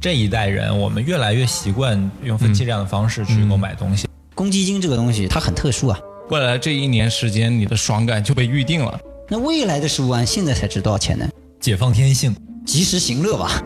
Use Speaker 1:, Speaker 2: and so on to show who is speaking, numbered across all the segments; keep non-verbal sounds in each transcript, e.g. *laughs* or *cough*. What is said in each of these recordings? Speaker 1: 这一代人，我们越来越习惯用分期这样的方式去购买东西。
Speaker 2: 公积金这个东西它很特殊啊，
Speaker 3: 未来这一年时间，你的爽感就被预定了。
Speaker 2: 那未来的十五万现在才值多少钱呢？
Speaker 1: 解放天性，
Speaker 2: 及时行乐吧。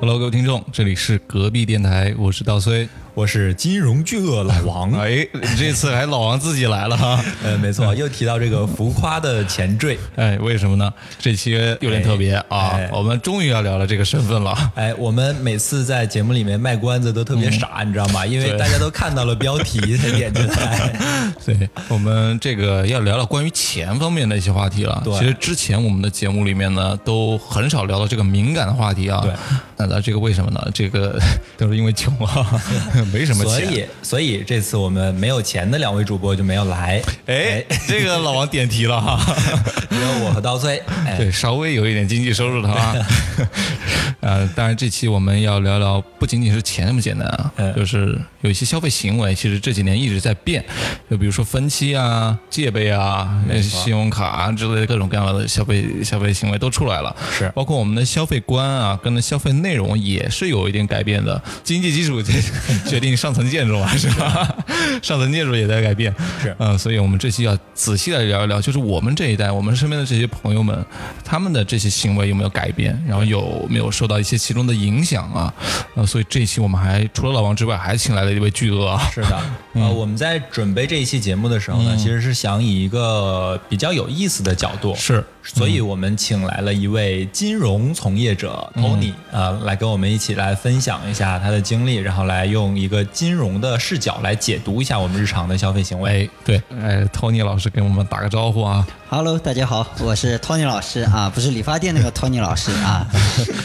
Speaker 3: Hello，各位听众，这里是隔壁电台，我是稻穗。
Speaker 1: 我是金融巨鳄老王。
Speaker 3: 哎，这次还老王自己来
Speaker 1: *laughs*
Speaker 3: 了哈。
Speaker 1: 呃，没错，又提到这个浮夸的前缀。
Speaker 3: 哎，为什么呢？这期有点特别啊
Speaker 1: 哎，
Speaker 3: 我们终于要聊聊这个身
Speaker 1: *laughs*
Speaker 3: 份了。
Speaker 1: 哎，我们每次在节目里面卖关子都特别傻，你知道吗？因为
Speaker 3: 对
Speaker 1: 大家都看到了标题才点进 *laughs* 来。
Speaker 3: 对，我们这个要聊聊关于钱方面的一些话题了。
Speaker 1: 对
Speaker 3: 其实之前我们的节目里面呢，都很少聊到这个敏感的话题啊。
Speaker 1: 对，
Speaker 3: 那咱这个为什么呢？这个 *laughs* 都是因为穷啊， *laughs* 没什么
Speaker 1: 所
Speaker 3: 钱。
Speaker 1: 以，所以这次我们没有钱的两位主播就没有 *laughs* 来，
Speaker 3: 哎，这个老王点题了哈。
Speaker 1: 只有我和刀崔。哎，
Speaker 3: 对，稍微有一点经济收入的话，呃，当然这期我们要聊聊，不仅仅是钱那么简单啊，
Speaker 1: 嗯
Speaker 3: 就是有一些消费行为，其实这几年一直在变，就比如说分期啊、借呗啊、呃信用卡啊之类的各种各样的消费消费行为都出来了，
Speaker 1: 是
Speaker 3: 包括我们的消费观啊，跟消费内容也是有一点改变的，经济基础决 *laughs* 决定上层建筑嘛，是吧？ *laughs* 上层建筑也在改变，
Speaker 1: 是
Speaker 3: 呃，所以我们这期要仔细来聊一聊，就是我们这一代，我们身边的这些朋友们，他们的这些行为有没有改变，然后有没有受到一些其中的影响啊？呃，所以这一期我们还除了老王之外，还请来了一位巨鳄啊， *laughs*
Speaker 1: 是的，呃，我们在准备这一期节目的时候
Speaker 3: 嗯
Speaker 1: 呢，其实是想以一个比较有意思的角度，
Speaker 3: 是
Speaker 1: 所以我们请来了一位金融从业者
Speaker 3: 嗯
Speaker 1: Tony 啊、来跟我们一起来分享一下他的经历，然后来用一个金融的视角来解读一下我们日常的消费行为。
Speaker 3: 哎，对，哎，Tony 老师给我们打个招呼啊。
Speaker 2: Hello，大家好，我是 Tony 老师啊，不是理发店那个 Tony 老师啊。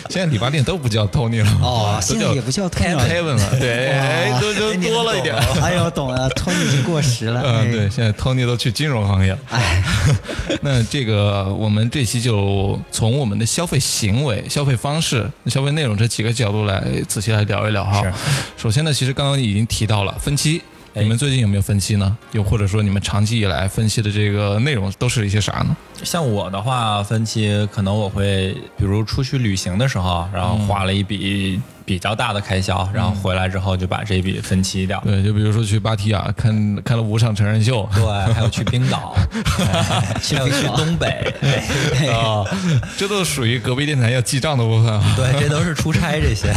Speaker 3: 现在理发店都不叫 Tony 了， *laughs*
Speaker 2: 哦，
Speaker 3: 都
Speaker 2: 现在
Speaker 3: 叫
Speaker 2: 也不叫 Tony 老师。
Speaker 3: Kevin 了，对，哎都都
Speaker 1: 哎你
Speaker 3: 多了一点啊
Speaker 1: 懂。了
Speaker 2: 哎呦，懂了，Tony 已经过时了。
Speaker 3: *laughs* 嗯，
Speaker 2: 哎
Speaker 3: 对，，现在 Tony 都去金融行业了。
Speaker 2: 哎，
Speaker 3: *laughs* 那这个我们这期就从我们的消费行为、消费方式、消费内容这几个角度来仔细来聊一聊哈
Speaker 1: 是。
Speaker 3: 首先呢，其实刚刚已经提到了分期。
Speaker 1: 哎
Speaker 3: 你们最近有没有分期呢？又或者说你们长期以来分析的这个内容都是一些啥呢？
Speaker 1: 像我的话，分期可能我会，比如出去旅行的时候，然后
Speaker 3: 嗯
Speaker 1: 花了一笔比较大的开销，然后回来之后就把这笔分期掉。
Speaker 3: 对，就比如说去芭提雅看看了五场成人秀，
Speaker 1: 对，还有去冰岛，
Speaker 2: *laughs*
Speaker 1: 哎还有去东北，哎
Speaker 3: 啊， *laughs*
Speaker 2: 哦
Speaker 3: 这都属于隔壁电台要记账的部分啊。
Speaker 1: *laughs* 对，这都是出差这些。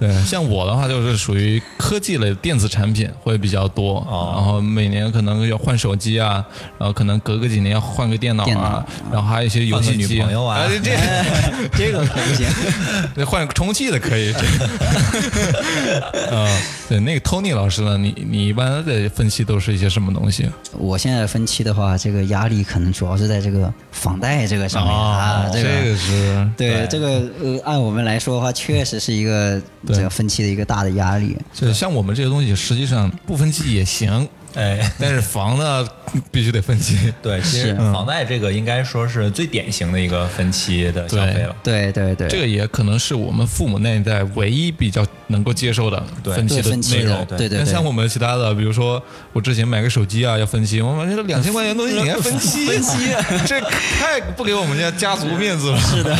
Speaker 3: 对，像我的话就是属于科技类电子产品会比较多，
Speaker 1: 哦
Speaker 3: 然后每年可能要换手机啊，然后可能隔个几年要换个电脑啊，
Speaker 2: 电脑
Speaker 3: 然后还有一些游戏
Speaker 1: 换个
Speaker 3: 机哎
Speaker 1: 女朋友啊
Speaker 3: 这
Speaker 1: *laughs*
Speaker 2: 哎 *laughs* 这个可不行。
Speaker 3: 对换个充气的可以。这
Speaker 1: *laughs*
Speaker 3: 嗯，对，那个 Tony 老师呢，你你一般的分析都是一些什么东西？
Speaker 2: 我现在分期的话，这个压力可能主要是在这个房贷这个上面啊，
Speaker 3: 哦这
Speaker 2: 个。
Speaker 3: 是
Speaker 2: 对这个呃，按我们来说的话，确实是一个
Speaker 3: 对
Speaker 2: 这个分期的一个大的压力。
Speaker 3: 就是像我们这些东西，实际上不分期也行，
Speaker 1: 哎，
Speaker 3: 但是房呢必须得分期。
Speaker 1: 对，其实
Speaker 2: 是嗯
Speaker 1: 房贷这个应该说是最典型的一个分期的消费了。
Speaker 2: 对对对，
Speaker 3: 这个也可能是我们父母那一代唯一比较能够接受的
Speaker 1: 对
Speaker 3: 分析
Speaker 2: 对分期
Speaker 3: 内
Speaker 2: 的
Speaker 3: 容。
Speaker 2: 对对对
Speaker 3: 但像我们其他的，比如说我之前买个手机啊，要分期，我买这两千块钱东西你还分期？分期，
Speaker 2: 啊
Speaker 3: 这太不给我们家家族面
Speaker 2: *laughs*
Speaker 3: 子了。是的，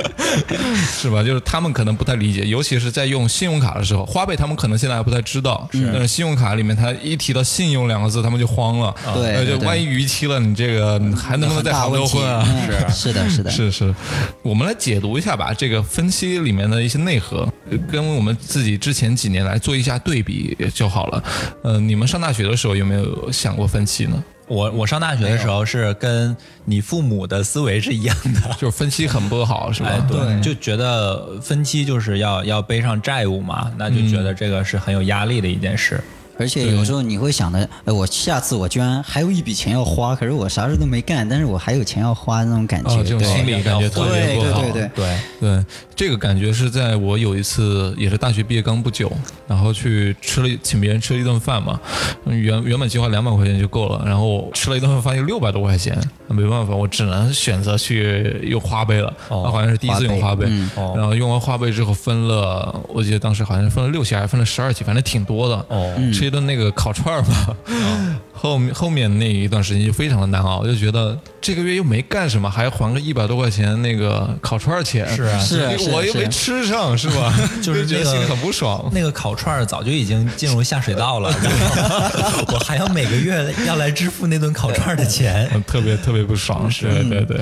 Speaker 3: 是是吧？就是他们可能不太理解，尤其是在用信用卡的时候，花呗他们可能现在还不太知道，
Speaker 2: 嗯
Speaker 3: 但是信用卡里面他一提到信用两个字，他们就慌了。
Speaker 2: 对
Speaker 3: 而且
Speaker 2: 对对
Speaker 3: 万一逾期了，你这个还能不能
Speaker 2: 很
Speaker 3: 在
Speaker 2: 大
Speaker 3: 杭
Speaker 2: 问
Speaker 3: 州
Speaker 2: 题
Speaker 3: 混啊？
Speaker 2: 嗯是的，是的，
Speaker 3: 是是，我们来解读一下吧，这个分析里面的一些内核，呃跟我们自己之前几年来做一下对比就好了。呃，你们上大学的时候有没有想过分析呢？
Speaker 1: 我我上大学的时候是跟你父母的思维是一样
Speaker 2: *laughs*
Speaker 1: 的。
Speaker 3: 就是分析很不好，是吧？
Speaker 1: 哎，
Speaker 2: 对
Speaker 1: 就觉得分期就是要要背上债务嘛，那就觉得这个是很有压力的一件事。
Speaker 2: 而且有时候你会想的，哎，我下次我居然还有一笔钱要花，可是我啥事都没干，但是我还有钱要花那种感觉。
Speaker 3: 哦这种
Speaker 2: 对
Speaker 3: 心理感觉特别不好。
Speaker 2: 对对对
Speaker 1: 对，
Speaker 3: 对，这个感觉是在我有一次也是大学毕业刚不久，然后去吃了请别人吃了一顿饭嘛，嗯原原本计划两百块钱就够了，然后我吃了一顿饭发现六百多块钱，没办法，我只能选择去用花呗了。
Speaker 1: 哦
Speaker 3: 那好像是第一次用花呗，
Speaker 2: 嗯
Speaker 1: 哦
Speaker 3: 然后用完花呗之后分了，我记得当时好像分了六期还是分了十二期，反正挺多的。
Speaker 1: 哦
Speaker 3: 吃一一顿那个烤串儿吧， *laughs* 后面后面那一段时间就非常的难熬，我就觉得这个月又没干什么，还还个一百多块钱那个烤串儿钱，
Speaker 1: 是啊
Speaker 2: 是啊是啊
Speaker 3: 我又
Speaker 2: 是啊
Speaker 3: 没吃上，是吧？
Speaker 1: 就是
Speaker 3: 觉
Speaker 1: 那
Speaker 3: 得
Speaker 1: 个
Speaker 3: 心里很不爽。
Speaker 1: *laughs* 那个烤串儿早就已经进入下水道了，然后 *laughs* 我还要每个月要来支付那顿烤串儿的钱。
Speaker 3: 嗯特别特别不爽，是对对对。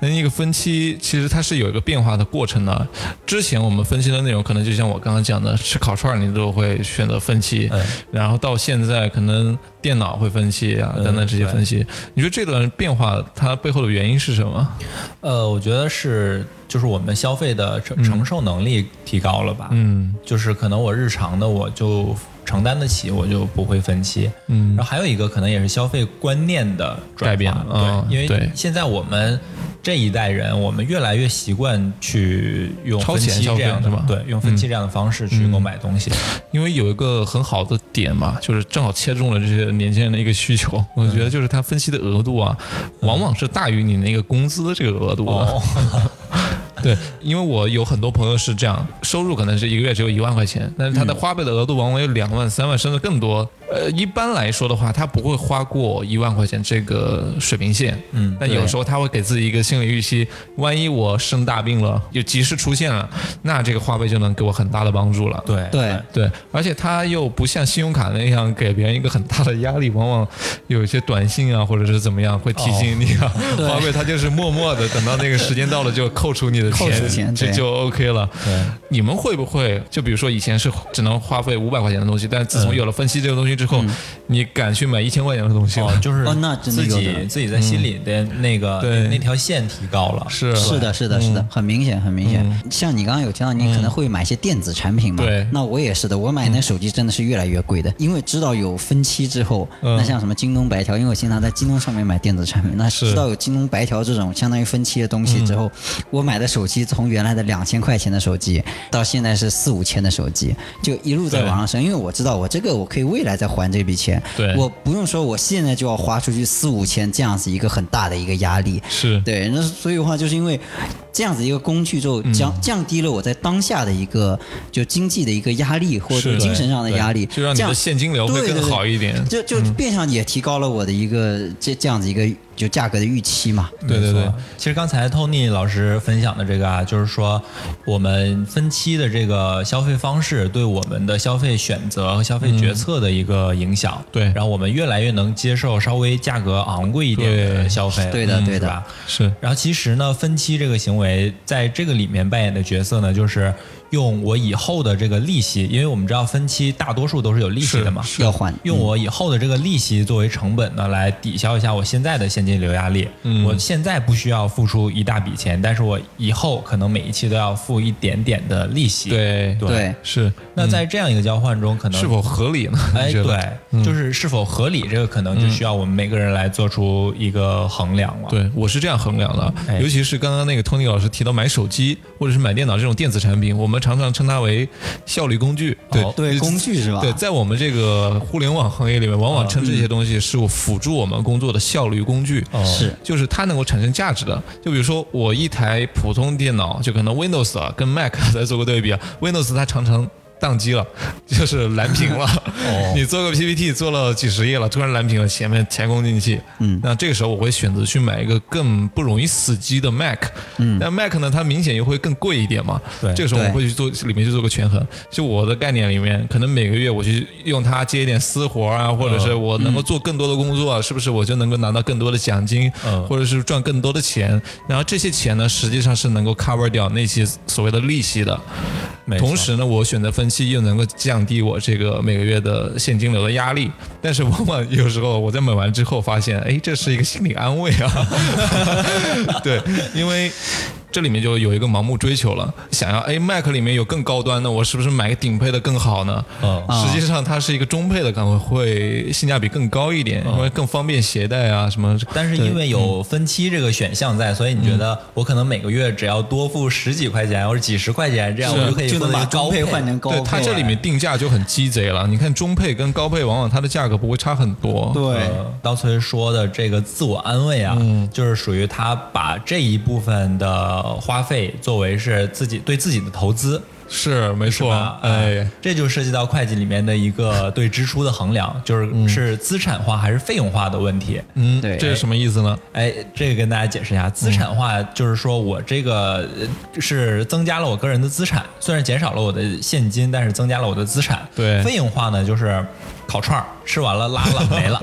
Speaker 3: 那一个分期其实它是有一个变化的过程的。之前我们分析的内容可能就像我刚刚讲的，吃烤串儿你都会选择分期，
Speaker 1: 嗯
Speaker 3: 然后到现在可能电脑会分期啊等等这些分析。你觉得这段变化它背后的原因是什么？
Speaker 1: 呃，我觉得是就是我们消费的承承受能力提高了吧，
Speaker 3: 嗯
Speaker 1: 就是可能我日常的我就承担得起，我就不会分期。
Speaker 3: 嗯
Speaker 1: 然后还有一个可能也是消费观念的转化
Speaker 3: 改变嗯
Speaker 1: 对，因为
Speaker 3: 对
Speaker 1: 现在我们这一代人，我们越来越习惯去用
Speaker 3: 超
Speaker 1: 分
Speaker 3: 前
Speaker 1: 期
Speaker 3: 消
Speaker 1: 这
Speaker 3: 费
Speaker 1: 样的
Speaker 3: 是吧，
Speaker 1: 对，用分期这样的方式去购买东西。
Speaker 3: 因为有一个很好的点嘛，就是正好切中了这些年轻人的一个
Speaker 1: *laughs*
Speaker 3: 需求。我觉得就是他分析的额度啊，往往是大于你那个工资的这个额度的。
Speaker 1: 嗯哦，
Speaker 3: *laughs* 对，因为我有很多朋友是这样，收入可能是一个月只有一万块钱，但是他的
Speaker 1: 嗯
Speaker 3: 花呗的额度往往有两万、三万，甚至更多。呃，一般来说的话，他不会花过一万块钱这个水平线。
Speaker 1: 嗯
Speaker 3: 但有
Speaker 2: 对
Speaker 3: 时候他会给自己一个心理预期，万一我生大病了，有急事出现了，那这个花呗就能给我很大的帮助了。
Speaker 1: 对
Speaker 2: 对，
Speaker 3: 对，而且它又不像信用卡那样给别人一个很大的压力，往往有一些短信啊，或者是怎么样会提醒你啊。
Speaker 2: 哦 *laughs* 对
Speaker 3: *laughs* 花呗它就是默默的，等到那个时间到了就扣除你的
Speaker 2: 扣除钱
Speaker 3: 就
Speaker 2: 对
Speaker 3: 就 OK 了。
Speaker 1: 对
Speaker 3: 你们会不会就比如说以前是只能花费五百块钱的东西，但是自
Speaker 2: 嗯
Speaker 3: 从有了分析这个东西之后，你敢去买一千块钱的东西吗？
Speaker 1: 哦，就是
Speaker 2: 哦那真的
Speaker 1: 自己、
Speaker 2: 有的
Speaker 1: 自己在心里的那个、
Speaker 3: 嗯对
Speaker 1: 那条线提高了，
Speaker 3: 是
Speaker 2: 是的，是的，是的，
Speaker 3: 嗯
Speaker 2: 很明显，很明显。像你刚刚有提到，你可能会买一些电子产品嘛？
Speaker 3: 对
Speaker 2: 那我也是的，我买那手机真的是越来越贵的，因为知道有分期之后，
Speaker 3: 嗯
Speaker 2: 那像什么京东白条，因为我经常在京东上面买电子产品，那
Speaker 3: 是
Speaker 2: 知道有京东白条这种相当于分期的东西之后，
Speaker 3: 嗯
Speaker 2: 我买的手机从原来的两千块钱的手机，到现在是四五千的手机，就一路在
Speaker 3: 对
Speaker 2: 往上升，因为我知道我这个我可以未来再还这笔钱，
Speaker 3: 对
Speaker 2: 我不用说我现在就要花出去四五千这样子一个很大的一个压力，
Speaker 3: 是，
Speaker 2: 对，那所以的话，就是因为这样子一个工具之后，
Speaker 3: 嗯
Speaker 2: 降、降低了我在当下的一个就经济的一个压力或
Speaker 3: 是
Speaker 2: 者精神上的压力，
Speaker 3: 对就让你
Speaker 2: 这样
Speaker 3: 的现嗯金流会
Speaker 2: 对
Speaker 3: 更
Speaker 2: 对对
Speaker 3: 好一点。
Speaker 2: 就就变相也提高了我的一个这这样子一个就价格的预期嘛。
Speaker 3: 对
Speaker 1: 没
Speaker 3: 对
Speaker 1: 错
Speaker 3: 对，
Speaker 1: 其实刚才 Tony 老师分享的这个啊，就是说我们分期的这个消费方式对我们的消费选择和消费决策的一个影响。
Speaker 3: 嗯对
Speaker 1: 然后我们越来越能接受稍微价格昂贵一点的
Speaker 3: 对
Speaker 1: 消费了，
Speaker 2: 对的
Speaker 1: 嗯
Speaker 2: 对的
Speaker 1: 是吧
Speaker 3: 是
Speaker 1: 然后其实呢，分期这个行为在这个里面扮演的角色呢，就是用我以后的这个利息，因为我们知道分期大多数都是有利息的嘛，
Speaker 2: 要还
Speaker 3: 嗯
Speaker 1: 用我以后的这个利息作为成本呢，来抵消一下我现在的现金流压力。
Speaker 3: 嗯
Speaker 1: 我现在不需要付出一大笔钱，但是我以后可能每一期都要付一点点的利息。，
Speaker 3: 对
Speaker 1: 对
Speaker 2: 对
Speaker 3: 是，
Speaker 1: 那在这样一个交换中，可能
Speaker 3: 是否合理呢？
Speaker 1: 哎，
Speaker 3: 你觉得嗯
Speaker 1: 对，就是是否合理，这个可能就需要我们每个人来做出一个衡量了。
Speaker 3: 对，我是这样衡量的，
Speaker 1: 哎
Speaker 3: 尤其是刚刚那个 Tony 老师提到买手机或者是买电脑这种电子产品，我们常常称它为效率工具。对、
Speaker 1: 哦
Speaker 2: 对
Speaker 3: 就是
Speaker 2: 工具是吧嗯
Speaker 3: 对，在我们这个互联网行业里面，往往称这些东西是辅助我们工作的效率工具。
Speaker 1: 哦，
Speaker 2: 是
Speaker 3: 就是它能够产生价值的。就比如说我一台普通电脑，就可能 Windows 啊跟 Mac 啊 *laughs* 再做个对比啊，Windows 它常常。宕机了，就是蓝屏了。 *laughs* 你做个 PPT 做了几十页了，突然蓝屏了，前面前功尽弃。嗯，那这个时候我会选择去买一个更不容易死机的 Mac。嗯，但 Mac 呢，它明显又会更贵一点嘛。
Speaker 1: 对
Speaker 3: 这个时候我
Speaker 2: 对
Speaker 3: 会去做里面去做个权衡。就我的概念里面，可能每个月我去用它接一点私活啊，或者是我能够做更多的工作啊，是不是我就能够拿到更多的奖金？
Speaker 1: 嗯
Speaker 3: 或者是赚更多的钱，然后这些钱呢，实际上是能够 cover 掉那些所谓的利息的。
Speaker 1: 没错
Speaker 3: 同时呢，我选择分期又能够降低我这个每个月的现金流的压力。但是往往有时候我在买完之后发现，哎，这是一个心理安慰啊。 *laughs* 对，因为。这里面就有一个盲目追求了，想要哎，Mac 里面有更高端的，我是不是买个顶配的更好呢？
Speaker 1: 嗯
Speaker 3: 实际上它是一个中配的，可能会性价比更高一
Speaker 1: 嗯
Speaker 3: 点，因为更方便携带啊什么。
Speaker 1: 但是因为
Speaker 2: 嗯
Speaker 1: 有分期这个选项在，所以你觉得我可能每个月只要多付十几块钱或者几十块钱，这样
Speaker 3: 是
Speaker 1: 我就可以
Speaker 2: 就
Speaker 1: 获
Speaker 2: 能
Speaker 1: 得一
Speaker 2: 把
Speaker 1: 个高
Speaker 2: 中配换成高配
Speaker 3: 对，它这里面定价就很鸡贼了。你看中配跟高配，往往它的价格不会差很多。
Speaker 2: 对
Speaker 1: 呃，刀崔说的这个自我安慰啊，
Speaker 2: 嗯
Speaker 1: 就是属于他把这一部分的花费作为是自己对自己的投资。
Speaker 3: 是没
Speaker 1: 是
Speaker 3: 错
Speaker 1: 吧？，
Speaker 3: 哎
Speaker 1: 啊，这就涉及到会计里面的一个对支出的衡量，
Speaker 2: 嗯
Speaker 1: 就是是资产化还是费用化的问题。
Speaker 3: 嗯，
Speaker 2: 对
Speaker 3: 这是什么意思呢？
Speaker 1: 哎，这个跟大家解释一下，
Speaker 3: 嗯
Speaker 1: 资产化就是说我这个呃是增加了我个人的资产，虽然减少了我的现金，但是增加了我的资产。
Speaker 3: 对
Speaker 1: 费用化呢就是烤串儿吃完了拉了没
Speaker 3: *laughs*
Speaker 1: 了，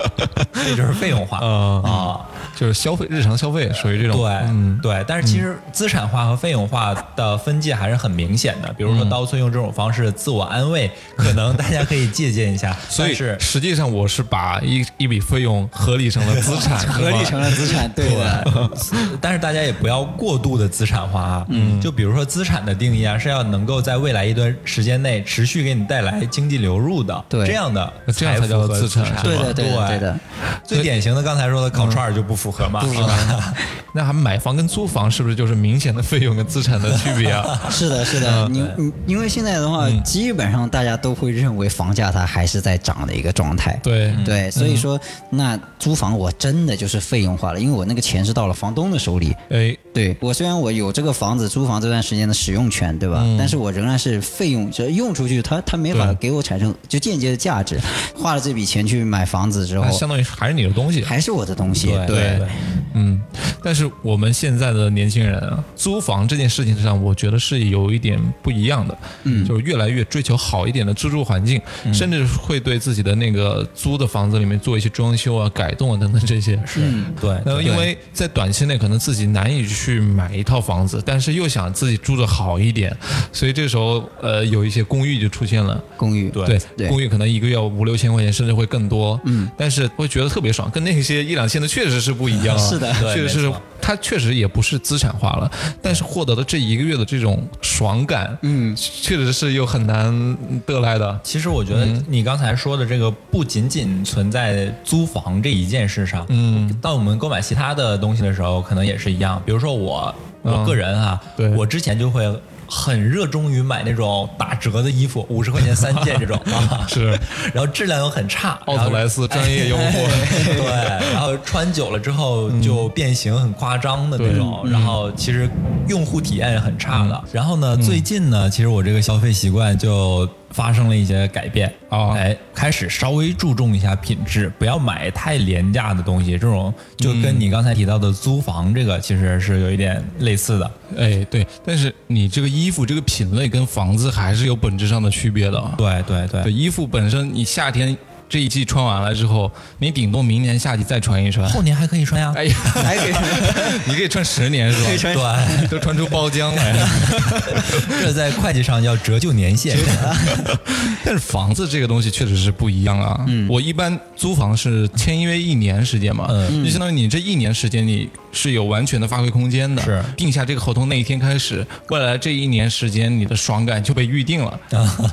Speaker 1: 这就是费用化
Speaker 3: 嗯
Speaker 1: 啊。
Speaker 3: 就是消费，日常消费属于这种，
Speaker 1: 对，
Speaker 3: 嗯，
Speaker 1: 对，但是其实资产化和费用化的分界还是很明显的。比如
Speaker 3: 嗯
Speaker 1: 说刀村用这种方式自我安慰，可能大家可以借鉴一下。
Speaker 3: *laughs* 所以
Speaker 1: 但是
Speaker 3: 实际上我是把一一笔费用合理成了资
Speaker 2: *laughs*
Speaker 3: 产，
Speaker 2: 合理
Speaker 3: 是吧
Speaker 2: 成了资
Speaker 3: *laughs*
Speaker 2: 产，对的，
Speaker 1: 对， *laughs* 但是大家也不要过度的资产化啊。嗯，就比如说资产的定义啊，是要能够在未来一段时间内持续给你带来经济流入的，
Speaker 2: 对
Speaker 1: 这样的
Speaker 3: 那这样才
Speaker 1: 才
Speaker 3: 叫
Speaker 1: 符合
Speaker 3: 资产
Speaker 1: 产
Speaker 2: 对
Speaker 1: 嘛
Speaker 2: 的，对的，对的。
Speaker 1: 最典型的刚才说的烤串儿就不符合嘛，是吧？
Speaker 3: 那还买房跟租房是不是就是明显的费用跟资产的区别
Speaker 2: *laughs*
Speaker 3: 啊？
Speaker 2: 是的，是的，你你因为现在的话，
Speaker 3: 嗯
Speaker 2: 基本上大家都会认为房价它还是在涨的一个状态。
Speaker 3: 对，
Speaker 1: 嗯
Speaker 2: 对，所以说那租房我真的就是费用化了，因为我那个钱是到了房东的手里。
Speaker 3: 哎，
Speaker 2: 对我虽然我有这个房子租房这段时间的使用权，对吧？
Speaker 1: 嗯
Speaker 2: 但是我仍然是费用，只用出去，它它没法
Speaker 3: 对
Speaker 2: 给我产生就间接的价值。花了这笔钱去买房子之后
Speaker 3: 那，相当于还是你的东西，
Speaker 2: 还是我的东西。
Speaker 1: *laughs* 对对对
Speaker 3: 嗯，但是我们现在的年轻人啊，租房这件事情上，我觉得是有一点不一样的，嗯，就是越来越追求好一点的居住环境，甚至会对自己的那个租的房子里面做一些装修啊、改动啊等等这些。是
Speaker 1: 对，
Speaker 3: 那因为在短期内可能自己难以去买一套房子，但是又想自己住的好一点，所以这时候呃有一些公寓就出现了。
Speaker 2: 公寓。
Speaker 1: 对
Speaker 3: 对，
Speaker 2: 对
Speaker 3: 公寓可能一个月五六千块钱，甚至会更多。嗯，但是会觉得特别爽，跟那些一两千的确实是不一样啊。
Speaker 2: 是的
Speaker 1: 对
Speaker 3: 确实
Speaker 1: 没
Speaker 3: 是
Speaker 1: 错，
Speaker 3: 它确实也不是资产化了，但是获得的这一个月的这种爽感，嗯，确实是又很难得来的。
Speaker 1: 其实我觉得
Speaker 3: 嗯
Speaker 1: 你刚才说的这个不仅仅存在租房这一件事上，
Speaker 3: 嗯，
Speaker 1: 当我们购买其他的东西的时候，可能也是一样。比如说我，我个人啊，
Speaker 3: 嗯对
Speaker 1: 我之前就会很热衷于买那种打折的衣服，五十块钱三件这种啊，
Speaker 3: *laughs* 是
Speaker 1: 然后质量又很差，
Speaker 3: 奥特莱斯
Speaker 1: 然后
Speaker 3: 专业用嗯户 *laughs*
Speaker 1: 对，然后穿久了之后就变形很夸张的那
Speaker 3: 嗯
Speaker 1: 种，然后其实用户体验也很差的。然后
Speaker 3: 嗯
Speaker 1: 呢，最近呢，其实我这个消费习惯就发生了一些改变
Speaker 3: 哦
Speaker 1: 哎，开始稍微注重一下品质，不要买太廉价的东西。这种就
Speaker 3: 嗯
Speaker 1: 跟你刚才提到的租房这个其实是有一点类似的。
Speaker 3: 哎，对，但是你这个衣服这个品类跟房子还是有本质上的区别的啊。
Speaker 1: 对对对
Speaker 3: 对，衣服本身你夏天这一季穿完了之后，你顶多明年夏季再穿一穿。
Speaker 1: 后年还可以穿呀。
Speaker 3: 哎 *laughs* 呀，
Speaker 2: 还可以
Speaker 3: 你可以穿十年是吧？
Speaker 1: 对，
Speaker 3: 都穿出包浆来。 *laughs*
Speaker 1: 这在会计上叫折旧年限。
Speaker 3: *laughs* 但是房子这个东西确实是不一样啊。我一般租房是签约一年时间嘛，
Speaker 1: 嗯
Speaker 3: 就相当于你这一年时间你是有完全的发挥空间的。
Speaker 1: 是
Speaker 3: 定下这个合同那一天开始，未来这一年时间你的爽感就被预定了，
Speaker 1: *laughs*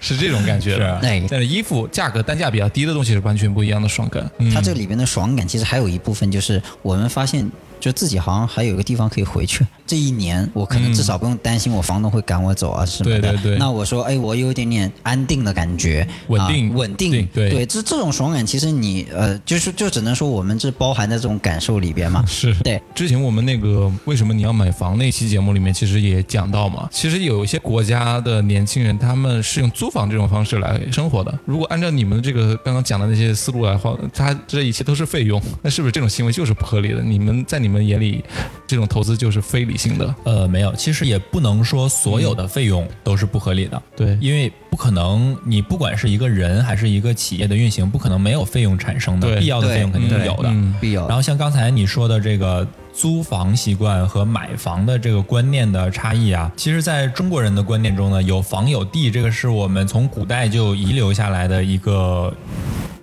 Speaker 3: 是这种感觉的。
Speaker 2: 是哎
Speaker 3: 但是衣服价格单价比较低的东西是完全不一样的爽感。嗯
Speaker 2: 它这里边的爽感，其实还有一部分就是我们发现，就自己好像还有一个地方可以回去。 *laughs* 这一年我可能至少不用担心我房东会赶我走啊什么的。
Speaker 3: 对对对
Speaker 2: 那我说，哎，我有一点点安定的感觉，
Speaker 3: 稳定
Speaker 2: 啊、稳定
Speaker 3: 定。对
Speaker 2: 这这种爽感，其实你呃，就是就只能说我们这包含在这种感受里边嘛。
Speaker 3: 是
Speaker 2: 对，
Speaker 3: 之前我们那个为什么你要买房那期节目里面，其实也讲到嘛，其实有一些国家的年轻人他们是用租房这种方式来生活的。如果按照你们这个刚刚讲的那些思路来话，他这一切都是费用，那是不是这种行为就是不合理的？你们在你们眼里，这种投资就是非理性的？
Speaker 1: 呃，没有，其实也不能说所有的费用都是不合理的，
Speaker 3: 对
Speaker 1: 因为不可能，你不管是一个人还是一个企业的运行，不可能没有费用产生的，
Speaker 3: 对
Speaker 1: 必要的费用肯定是
Speaker 2: 对
Speaker 1: 有的。
Speaker 3: 嗯
Speaker 2: 必要
Speaker 1: 然后像刚才你说的这个租房习惯和买房的这个观念的差异啊，其实在中国人的观念中呢，有房有地，这个是我们从古代就遗留下来的一个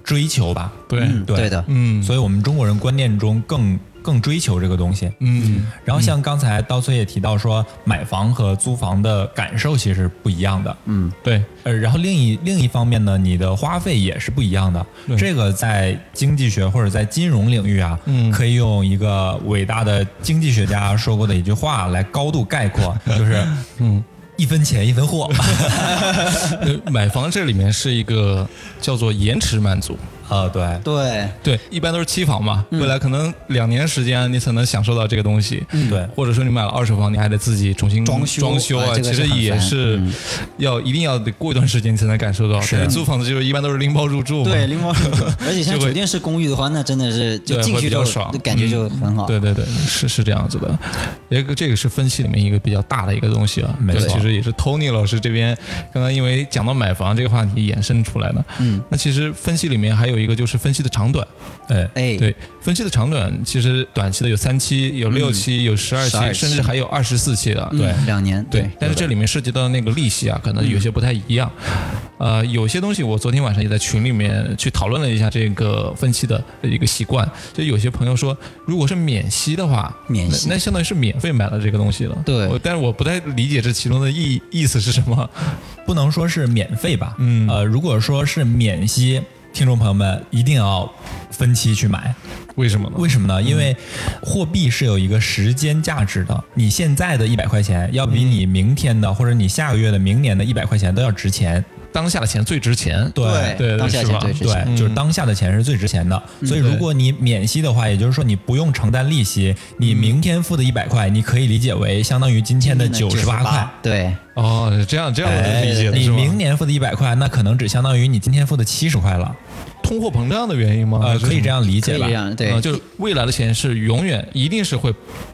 Speaker 1: 追求吧。
Speaker 3: 对，
Speaker 2: 嗯，
Speaker 1: 对
Speaker 2: 对的，
Speaker 3: 嗯，
Speaker 1: 所以我们中国人观念中更更追求这个东西。
Speaker 3: 嗯，
Speaker 1: 然后像刚才刀崔也提到说，买房和租房的感受其实不一样的。
Speaker 2: 嗯，
Speaker 3: 对，
Speaker 1: 呃，然后另一另一方面呢，你的花费也是不一样的。
Speaker 3: 对
Speaker 1: 这个在经济学或者在金融领域啊，
Speaker 3: 嗯
Speaker 1: 可以用一个伟大的经济学家说过的一句话来高度概
Speaker 3: *laughs*
Speaker 1: 括，就是
Speaker 3: 嗯。
Speaker 1: 一分钱一分
Speaker 3: *laughs*
Speaker 1: 货
Speaker 3: 呃买房这里面是一个叫做延迟满足，
Speaker 1: 啊，对，
Speaker 2: 对，
Speaker 3: 对，一般都是期房嘛，未来可能两年时间你才能享受到这个东西。
Speaker 1: 对
Speaker 3: 或者说你买了二手房，你还得自己重新
Speaker 2: 装修
Speaker 3: 装修
Speaker 2: 啊
Speaker 3: 啊，
Speaker 2: 这个
Speaker 3: 其
Speaker 2: 是
Speaker 3: 实
Speaker 2: 很
Speaker 3: 也
Speaker 2: 烦嗯
Speaker 3: 是要一定要得过一段时间你才能感受到。
Speaker 1: 是
Speaker 3: 但租房子就是一般都是拎包入住嘛。
Speaker 2: 对，拎包入住。 *laughs* 而且像
Speaker 3: 就会
Speaker 2: 酒店式公寓的话，那真的是就
Speaker 3: 对
Speaker 2: 进
Speaker 3: 会
Speaker 2: 去
Speaker 3: 比
Speaker 2: 之
Speaker 3: 较
Speaker 2: 后
Speaker 3: 爽嗯
Speaker 2: 感觉就很好。
Speaker 3: 对对对，是是这样子的，一个这个是分析里面一个比较大的一个东西啊，
Speaker 1: 没
Speaker 3: 对
Speaker 1: 错
Speaker 3: 其实也是 Tony 老师这边刚刚因为讲到买房这个话题衍生出来的。
Speaker 2: 嗯，
Speaker 3: 那其实分析里面还有一个就是分析的长短，
Speaker 1: 哎，
Speaker 2: 哎，
Speaker 3: 对，分析的长短其实短期的有三期、有六期、有十二期，
Speaker 2: 12期
Speaker 3: 甚至还有二十四期的，
Speaker 2: 嗯，两年，
Speaker 3: 对，但是这里面涉及到那个利息啊，可能有些不太一样。呃，有些东西我昨天晚上也在群里面去讨论了一下这个分期的一个习惯，就有些朋友说，如果是免息的话，
Speaker 2: 免息
Speaker 3: 那那相当于是免费买了这个东西了。
Speaker 2: 对
Speaker 3: 我但是我不太理解这其中的意意思是什么。 *laughs*
Speaker 1: 不能说是免费吧，
Speaker 3: 嗯
Speaker 1: 呃，如果说是免息，听众朋友们一定要分期去买，
Speaker 3: 为什么呢？
Speaker 1: 为什么呢？因为货币是有一个时间价值的，你现在的一百块钱要比
Speaker 2: 嗯
Speaker 1: 你明天的或者你下个月的、明年的一百块钱都要值钱。
Speaker 3: 当下的钱最值钱。
Speaker 2: 对
Speaker 3: 对
Speaker 2: 当下
Speaker 3: 是
Speaker 2: 钱
Speaker 3: 吧嗯
Speaker 2: 最值
Speaker 1: 对
Speaker 2: 钱。，嗯
Speaker 1: 就是当下的钱是最值钱的。所以
Speaker 3: 对
Speaker 1: 如果你免息的话，也就是说你不用承担利息，
Speaker 2: 嗯
Speaker 1: 你明天付的一百块，你可以理解为相当于今天的九十八块。
Speaker 2: 对，
Speaker 3: 哦，是这样这样我
Speaker 1: 哎
Speaker 3: 就理解了，
Speaker 1: 你
Speaker 3: 是吗
Speaker 1: 明年付的一百块，那可能只相当于你今天付的七十块了。
Speaker 3: 通货膨胀的原因吗？还
Speaker 1: 呃，
Speaker 3: 是
Speaker 1: 可以
Speaker 3: 什么
Speaker 1: 这。样理
Speaker 2: 哦可
Speaker 1: 解
Speaker 2: 以
Speaker 1: 吧
Speaker 2: 这？样，对
Speaker 3: 嗯，就是未来的钱是永远一定是会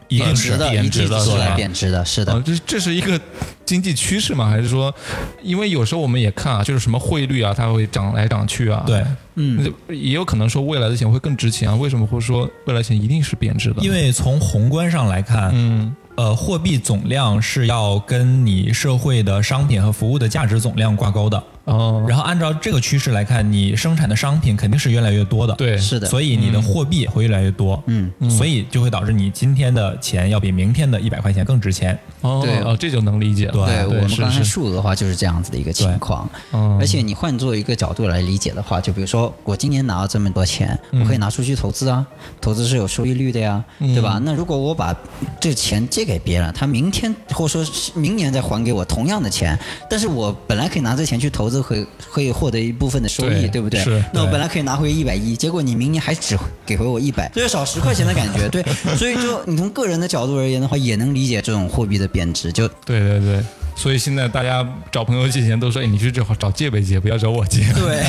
Speaker 3: 一
Speaker 2: 贬值的，
Speaker 3: 贬
Speaker 2: 一
Speaker 3: 值
Speaker 2: 直
Speaker 3: 的，
Speaker 2: 呃是哦
Speaker 3: 是
Speaker 2: 来
Speaker 3: 吧？
Speaker 2: 贬值的，是的
Speaker 3: 啊，，这这是一个经济趋势吗？还是说，因为有时候我们也看啊，就是什么汇率啊，它会涨来涨去啊。
Speaker 1: 对，
Speaker 2: 嗯，
Speaker 3: 那也有可能说未来的钱会更值钱啊。为什么会说未来钱一定是贬值的？
Speaker 1: 因
Speaker 3: 为
Speaker 1: 为从宏观上来看，
Speaker 3: 嗯，
Speaker 1: 呃，货币总量是要跟你社会的商品和服务的价值总量挂钩的。
Speaker 3: 哦，
Speaker 1: 然后按照这个趋势来看，你生产的商品肯定是越来越多的，，
Speaker 3: 对，
Speaker 2: 是的，
Speaker 1: 所
Speaker 2: 以，
Speaker 1: 以你的货币会越来越多，
Speaker 2: 嗯，
Speaker 1: 所以就会导致你今天的钱要比明天的一百块钱更值钱。
Speaker 3: 哦
Speaker 2: 对
Speaker 3: 哦，这就能理解了。
Speaker 2: 对我们
Speaker 3: 是
Speaker 2: 刚才
Speaker 3: 是，
Speaker 2: 数额的话就是这样子的一个情况，
Speaker 3: 嗯
Speaker 2: 而且你换做一个角度来理解的话，就比如说我今年拿到这么多钱，
Speaker 3: 嗯
Speaker 2: 我可以拿出去投资啊，投资是有收益率的呀，对吧？那如果我把这钱借给别人，他明天或者说是明年再还给我同样的钱，但是我本来可以拿这钱去投资，会可以获得一部分的收益，
Speaker 3: 对
Speaker 2: 对不对
Speaker 3: 是？
Speaker 2: 那我
Speaker 1: 对
Speaker 2: 本来可以拿回一百一，结果你明年还只给回我一百，这就少十块钱的感觉，
Speaker 3: *laughs*
Speaker 2: 对。所以就你从个人的角度而言的话，也能理解这种货币的贬值，
Speaker 3: *laughs*
Speaker 2: 就
Speaker 3: 对对对。所以现在大家找朋友借钱都说，哎，你去找找借呗借，不要找我借。 *laughs*
Speaker 2: 对。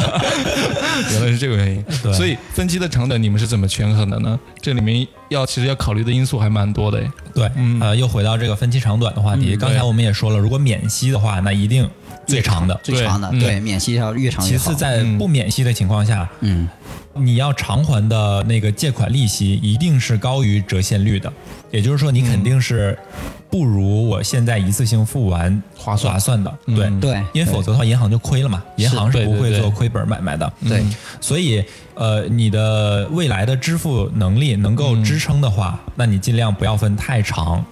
Speaker 3: 原来是这个原因。
Speaker 1: 对
Speaker 3: 所以分期的长短你们是怎么权衡的呢？这里面要其实要考虑的因素还蛮多的哎诶。
Speaker 1: 对，
Speaker 2: 嗯
Speaker 1: 呃，又回到这个分期长短的话题。刚才我们也说了，如果免息的话，那一定最长的。
Speaker 2: 最长的，
Speaker 3: 对嗯
Speaker 2: 对，免息要越长嗯越
Speaker 1: 其
Speaker 2: 好。
Speaker 1: 次，在不免息的情况下，
Speaker 2: 嗯，
Speaker 1: 你要偿还的那个借款利息一定是高于折现率的，也就是说，你肯定是不如我现在一次性付完划算划算的，对
Speaker 3: 嗯
Speaker 2: 对
Speaker 1: 因为否则的话银行就亏了嘛，银行是
Speaker 3: 对
Speaker 1: 不
Speaker 3: 对
Speaker 1: 会
Speaker 3: 对嗯
Speaker 1: 做亏本买卖的，
Speaker 2: 对
Speaker 1: 所以呃，你的未来的支付能力能够支撑的话，那你尽量不要分太长，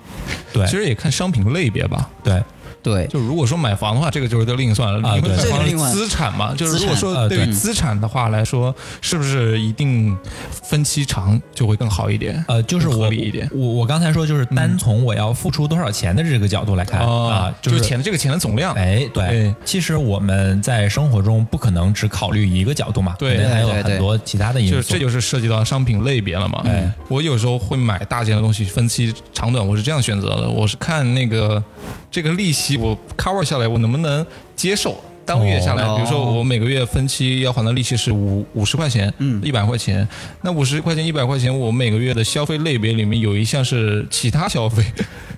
Speaker 1: 对
Speaker 3: 嗯其实也看商品类别吧。
Speaker 1: 对
Speaker 2: 对，
Speaker 3: 就如如果说买房的话，这个就是另算了。
Speaker 1: 啊
Speaker 3: 因
Speaker 1: 对
Speaker 3: 为买房
Speaker 2: 这个
Speaker 3: 是
Speaker 2: 另外
Speaker 3: 资产嘛，就是如
Speaker 2: 资
Speaker 3: 果
Speaker 1: 产
Speaker 3: 说
Speaker 1: 啊
Speaker 3: 对于
Speaker 1: 对
Speaker 3: 资产的话来说，是不是一定分期长就会更好一点？
Speaker 1: 呃，就是
Speaker 3: 更合
Speaker 1: 我
Speaker 3: 理一点。嗯
Speaker 1: 我我刚才说就是单从我要付出多少钱的这个角度来看啊
Speaker 3: 哦，，就是
Speaker 1: 是
Speaker 3: 钱的这个钱的总量。
Speaker 1: 哎，对，
Speaker 3: 啊对
Speaker 1: 其实我们在生活中不可能只考虑一个角度嘛，
Speaker 3: 对
Speaker 1: 肯定还有
Speaker 2: 对对对
Speaker 1: 很多其他的因
Speaker 3: 就
Speaker 1: 素。
Speaker 3: 是这就是涉及到商品类别了嘛。
Speaker 1: 哎
Speaker 3: 我有时候会买大件的东西，分期长短，我是这样选择的。我是看那个这个利息，我 cover 下来，我能不能接受。当月下来，
Speaker 2: 哦
Speaker 3: 比如说我每个月分期要还的利息是五五十块钱，嗯，一百块钱。那五十块钱、一百块钱，我每个月的消费类别里面有一项是其他消费，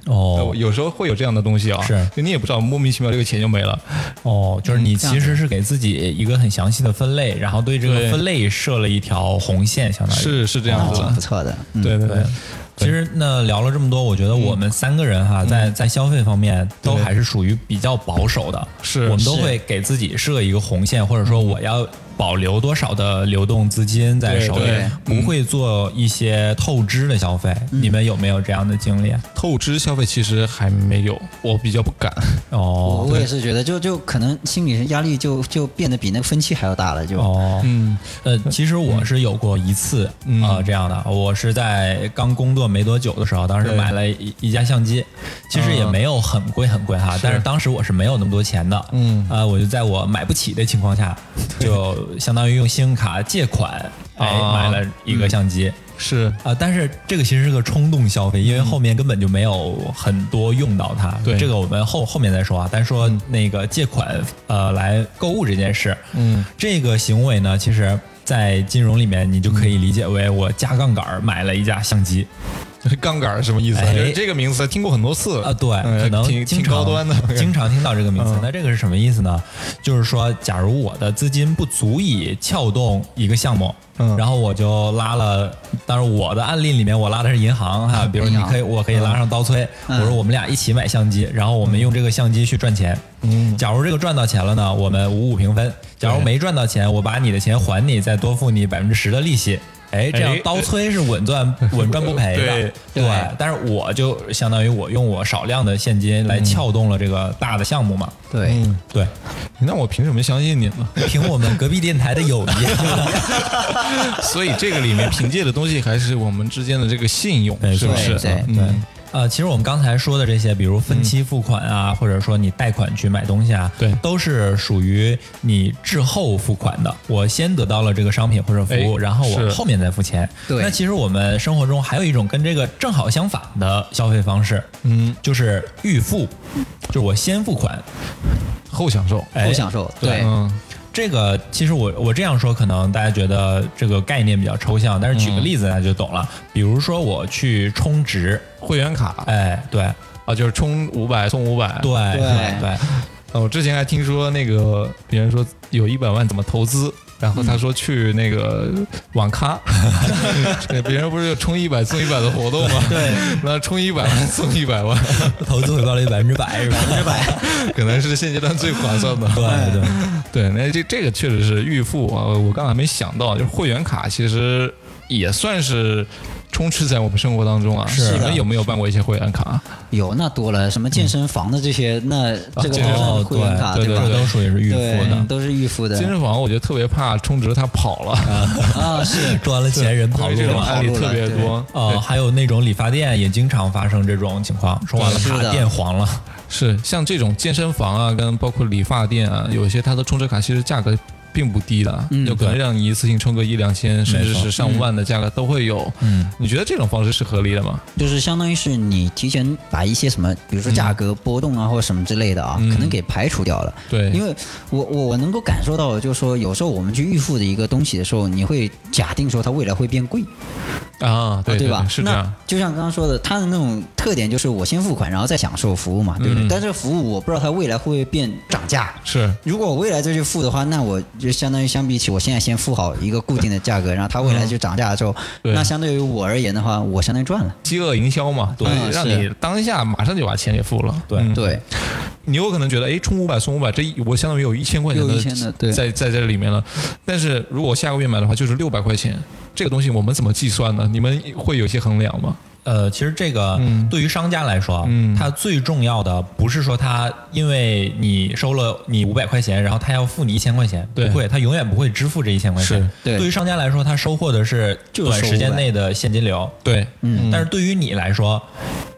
Speaker 1: 哦
Speaker 3: *laughs* 有时候会有这样的东西啊。
Speaker 1: 是
Speaker 3: 就你也不知道，莫名其妙这个钱就没了。
Speaker 1: 哦，就是你
Speaker 2: 嗯这样
Speaker 1: 其实是给自己一个很详细的分类，然后对这
Speaker 3: 对
Speaker 1: 个分类设了一条红线，相当于。
Speaker 3: 是是这样
Speaker 2: 那
Speaker 3: 子
Speaker 2: 挺不
Speaker 3: 的。
Speaker 2: 错的。嗯，
Speaker 3: 对对对
Speaker 1: 哦
Speaker 3: 嗯
Speaker 1: 对，其实那聊了这么多，我觉得我们三个人哈，在在消费方面都
Speaker 3: 对
Speaker 1: 还是属于比较保守的，
Speaker 3: 是
Speaker 1: 我们都
Speaker 2: 是
Speaker 1: 会给自己设一个红线，或者说我要保留多少的流动资金在
Speaker 3: 对
Speaker 1: 手里
Speaker 3: 对，嗯
Speaker 1: 不会做一些透支的消费。你们有没有这样的经历？啊
Speaker 3: 透支消费其实还没有，我比较不敢。
Speaker 2: 我
Speaker 1: 哦
Speaker 2: 我也是觉得就，就可能心理压力就就变得比那个分期还要大了，就。
Speaker 1: 哦，
Speaker 3: 嗯，
Speaker 1: 呃，其实我是有过一次啊、
Speaker 3: *laughs* 嗯
Speaker 1: 呃这样的，我是在刚工作没多久的时候，当时
Speaker 3: 对
Speaker 1: 买了一一架相机，其实也
Speaker 3: 嗯
Speaker 1: 没有很贵很贵哈，但是当时我是没有那么多钱的，
Speaker 3: 嗯
Speaker 1: 呃，我就在我买不起的情况下，就就相当于用信用卡借款，哎，
Speaker 3: 啊
Speaker 1: 买了一个相机。
Speaker 3: 是
Speaker 1: 啊，但是这个其实是个冲动消费，因为后面根本就没有很多用到它。
Speaker 3: 嗯对
Speaker 1: 这个我们后后面再说啊。单说那个借款呃来购物这件事，
Speaker 3: 嗯，
Speaker 1: 这个行为呢，其实在金融里面你就可以理解为我加杠杆儿买了一架相机
Speaker 3: *laughs* 杠杆是什么意思？啊
Speaker 1: 哎
Speaker 3: 就是这个名词听过很多次
Speaker 1: 啊，对，
Speaker 3: 嗯
Speaker 1: 可能
Speaker 3: 挺
Speaker 1: 经
Speaker 3: 挺
Speaker 1: 常
Speaker 3: 高端的，
Speaker 1: 经常听到这个名词
Speaker 3: 嗯。
Speaker 1: 那这个是什么意思呢？就是说，假如我的资金不足以撬动一个项目，
Speaker 3: 嗯
Speaker 1: 然后我就拉了。当然，我的案例里面我拉的是银行哈，比如你
Speaker 2: 银行
Speaker 1: 可以，我可以拉上刀崔，
Speaker 2: 嗯
Speaker 1: 我说我们俩一起买相机，然后我们用这个相机去赚钱。
Speaker 3: 嗯
Speaker 1: 假如这个赚到钱了呢，我们五五平分；假如
Speaker 3: 对
Speaker 1: 没赚到钱，我把你的钱还你，再多付你百分之十的利息。哎，这样
Speaker 3: 哎
Speaker 1: 刀崔是稳赚稳赚不赔的，
Speaker 3: 对
Speaker 1: 对
Speaker 2: 对
Speaker 1: 但是我就相当于我用我少量的现金来撬动了这个大的项目嘛。
Speaker 2: 对，
Speaker 3: 嗯，
Speaker 1: 对，
Speaker 3: 那我凭什么相信你
Speaker 1: *laughs*
Speaker 3: 呢？
Speaker 1: 凭我们隔壁电台的友谊，啊
Speaker 3: 所以这个里面凭借的东西还是我们之间的这个信用，
Speaker 1: 没
Speaker 3: 是
Speaker 1: 错
Speaker 3: 不是？
Speaker 2: 对
Speaker 3: 嗯
Speaker 1: 对。呃，其实我们刚才说的这些，比如分期付款啊，或者说你贷款去买东西啊，
Speaker 3: 对
Speaker 1: 都是属于你滞后付款的。我先得到了这个商品或者服务，
Speaker 3: 哎
Speaker 1: 然后我
Speaker 3: 是
Speaker 1: 后面再付钱。
Speaker 2: 对
Speaker 1: 那其实我们生活中还有一种跟这个正好相反的消费方式，
Speaker 3: 嗯，
Speaker 1: 就是预付，就是我先付款，
Speaker 3: 后享受，
Speaker 1: 哎
Speaker 2: 后享受，对，
Speaker 3: 嗯，
Speaker 1: 这个其实我我这样说，可能大家觉得这个概念比较抽象，但是举个例子大家就懂了。比如说我去充值，
Speaker 3: 会员卡
Speaker 1: 哎，对
Speaker 3: 啊，就是充五百送五百。
Speaker 1: 对 *laughs*
Speaker 2: 对
Speaker 1: 对，
Speaker 3: 呃，我之前还听说那个别人说有一百万怎么投资，然后他
Speaker 1: 嗯
Speaker 3: 说去那个
Speaker 1: *laughs*
Speaker 3: 网咖，别人不是有充一百送一百的活动吗？对， *laughs* 那充一百万送一百万，
Speaker 1: 投资回报率百分之百是吧？百分之百，
Speaker 3: 可能是现阶段最划算的。
Speaker 1: 对对。
Speaker 3: 对，那这这个确实是预付啊，我刚才没想到，就是会员卡其实也算是充斥在我们生活当中啊。
Speaker 1: 是
Speaker 3: 你们
Speaker 1: 的
Speaker 3: 有没有办过一些会员卡？啊
Speaker 2: 有那多了，什么健身房的这些，那这个
Speaker 3: 嗯啊健身
Speaker 2: 都
Speaker 1: 哦
Speaker 2: 是，会员卡
Speaker 1: 对
Speaker 2: 吧
Speaker 1: 这？都属于是预付
Speaker 2: 对，
Speaker 1: 的，
Speaker 2: 都是预付
Speaker 3: 健
Speaker 2: 的
Speaker 3: 身房我就特别怕充值它跑了，
Speaker 2: 啊，是
Speaker 1: 赚了钱人跑
Speaker 3: 因为这
Speaker 1: 路
Speaker 3: 种
Speaker 1: 了。
Speaker 3: 案例特别多。
Speaker 1: 哦，还有那种理发店也经常发生这种情况，充完了
Speaker 2: 是
Speaker 1: 卡
Speaker 2: 的
Speaker 1: 变黄了。
Speaker 3: 是像这种健身房啊，跟包括理发店啊，有些它的充值卡其实价格并不低的，
Speaker 2: 嗯
Speaker 3: 有可能
Speaker 1: 对
Speaker 3: 让你一次性充个一两千，甚至
Speaker 1: 没错
Speaker 3: 是上万的价格都会有。
Speaker 1: 嗯，
Speaker 3: 你觉得这种方式是合理的吗？
Speaker 2: 就是相当于是你提前把一些什么，比如说价格波动啊，或者什么之类的啊，
Speaker 3: 嗯
Speaker 2: 可能给排除掉了。
Speaker 3: 对，
Speaker 2: 因为我我我能够感受到，就是说有时候我们去预付的一个东西的时候，你会假定说它未来会变贵，
Speaker 3: 啊，对
Speaker 2: 吧？
Speaker 3: 是这样
Speaker 2: 那。就像刚刚说的，它的那种特点就是我先付款，然后再享受服务嘛，对不对？
Speaker 3: 嗯
Speaker 2: 但这个服务我不知道它未来会不会变涨价。
Speaker 3: 是，
Speaker 2: 如果我未来再去付的话，那我就相当于相比起我现在先付好一个固定的价格，然后它未来就涨价了之后，
Speaker 3: 对
Speaker 2: 那相对于我而言的话，我相当于赚了。
Speaker 3: 饥饿营销嘛，对
Speaker 2: 嗯，
Speaker 3: 让
Speaker 2: 是
Speaker 3: 你当下马上就把钱给付了。
Speaker 1: 对
Speaker 3: 嗯
Speaker 2: 对，
Speaker 3: 你有可能觉得，哎，充五百送五百，这一我相当于有一千块钱
Speaker 2: 有
Speaker 3: 的
Speaker 2: 1000的对
Speaker 3: 在在这里面了。但是如果我下个月买的话，就是六百块钱，这个东西我们怎么计算呢？你们会有一些衡量吗？
Speaker 1: 呃，其实这个
Speaker 3: 嗯
Speaker 1: 对于商家来说，
Speaker 3: 嗯
Speaker 1: 他最重要的不是说他因为你收了你五百块钱，然后他要付你一千块钱，不
Speaker 3: 对
Speaker 1: 会，他永远不会支付这一千块钱
Speaker 3: 是。
Speaker 2: 对
Speaker 1: 于商家来说，他收获的是
Speaker 2: 就是
Speaker 1: 短
Speaker 2: 收
Speaker 1: 时间
Speaker 2: 500
Speaker 1: 内的现金流，
Speaker 3: 对，
Speaker 2: 嗯
Speaker 1: 但是对于你来说，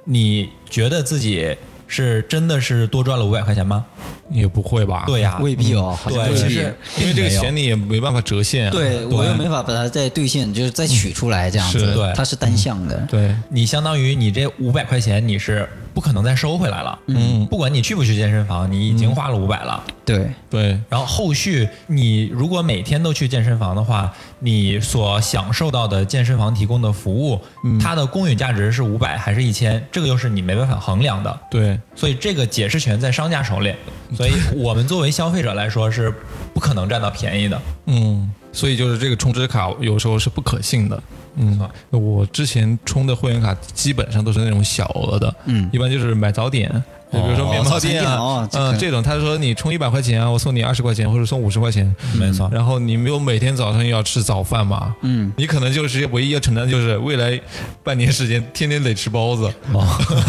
Speaker 1: 你觉得自己是真的是多赚了五百块钱吗？
Speaker 3: 也不会吧？
Speaker 1: 对呀、嗯
Speaker 2: 未必哦，好像
Speaker 1: 对
Speaker 2: 未
Speaker 3: 其
Speaker 2: 必。
Speaker 3: 实因为这个钱你也没办法折现啊。
Speaker 2: 对我又没法把它再兑现，就是再取出来这样子
Speaker 3: 是，嗯
Speaker 1: 对
Speaker 2: 它是单向的，
Speaker 3: 对，
Speaker 1: 你相当于你这五百块钱你是不可能再收回来了。
Speaker 3: 嗯
Speaker 1: 不管你去不去健身房，你已经花了五百了。
Speaker 2: 对
Speaker 3: 对，
Speaker 1: 然后后续你如果每天都去健身房的话，你所享受到的健身房提供的服务，
Speaker 3: 嗯
Speaker 1: 它的公允价值是五百还是一千，这个又是你没办法衡量的。
Speaker 3: 对，
Speaker 1: 所以这个解释权在商家手里，所
Speaker 3: *laughs*
Speaker 1: 以我们作为消费者来说是不可能占到便宜的。
Speaker 3: 嗯，所以就是这个充值卡有时候是不可信的。嗯，我之前充的会员卡基本上都是那种小额的，
Speaker 2: 嗯
Speaker 3: 一般就是买早点，就比如说面包店
Speaker 2: 哦早餐，店
Speaker 3: 啊
Speaker 2: 哦
Speaker 3: 嗯，
Speaker 2: 这
Speaker 3: 这种他说你充一百块钱啊，我送你二十块钱或者送五十块钱，
Speaker 1: 没错，
Speaker 3: 然后你没有每天早上又要吃早饭嘛，
Speaker 2: 嗯，
Speaker 3: 你可能就是唯一要承担就是未来半年时间天天得吃包子。
Speaker 2: 哦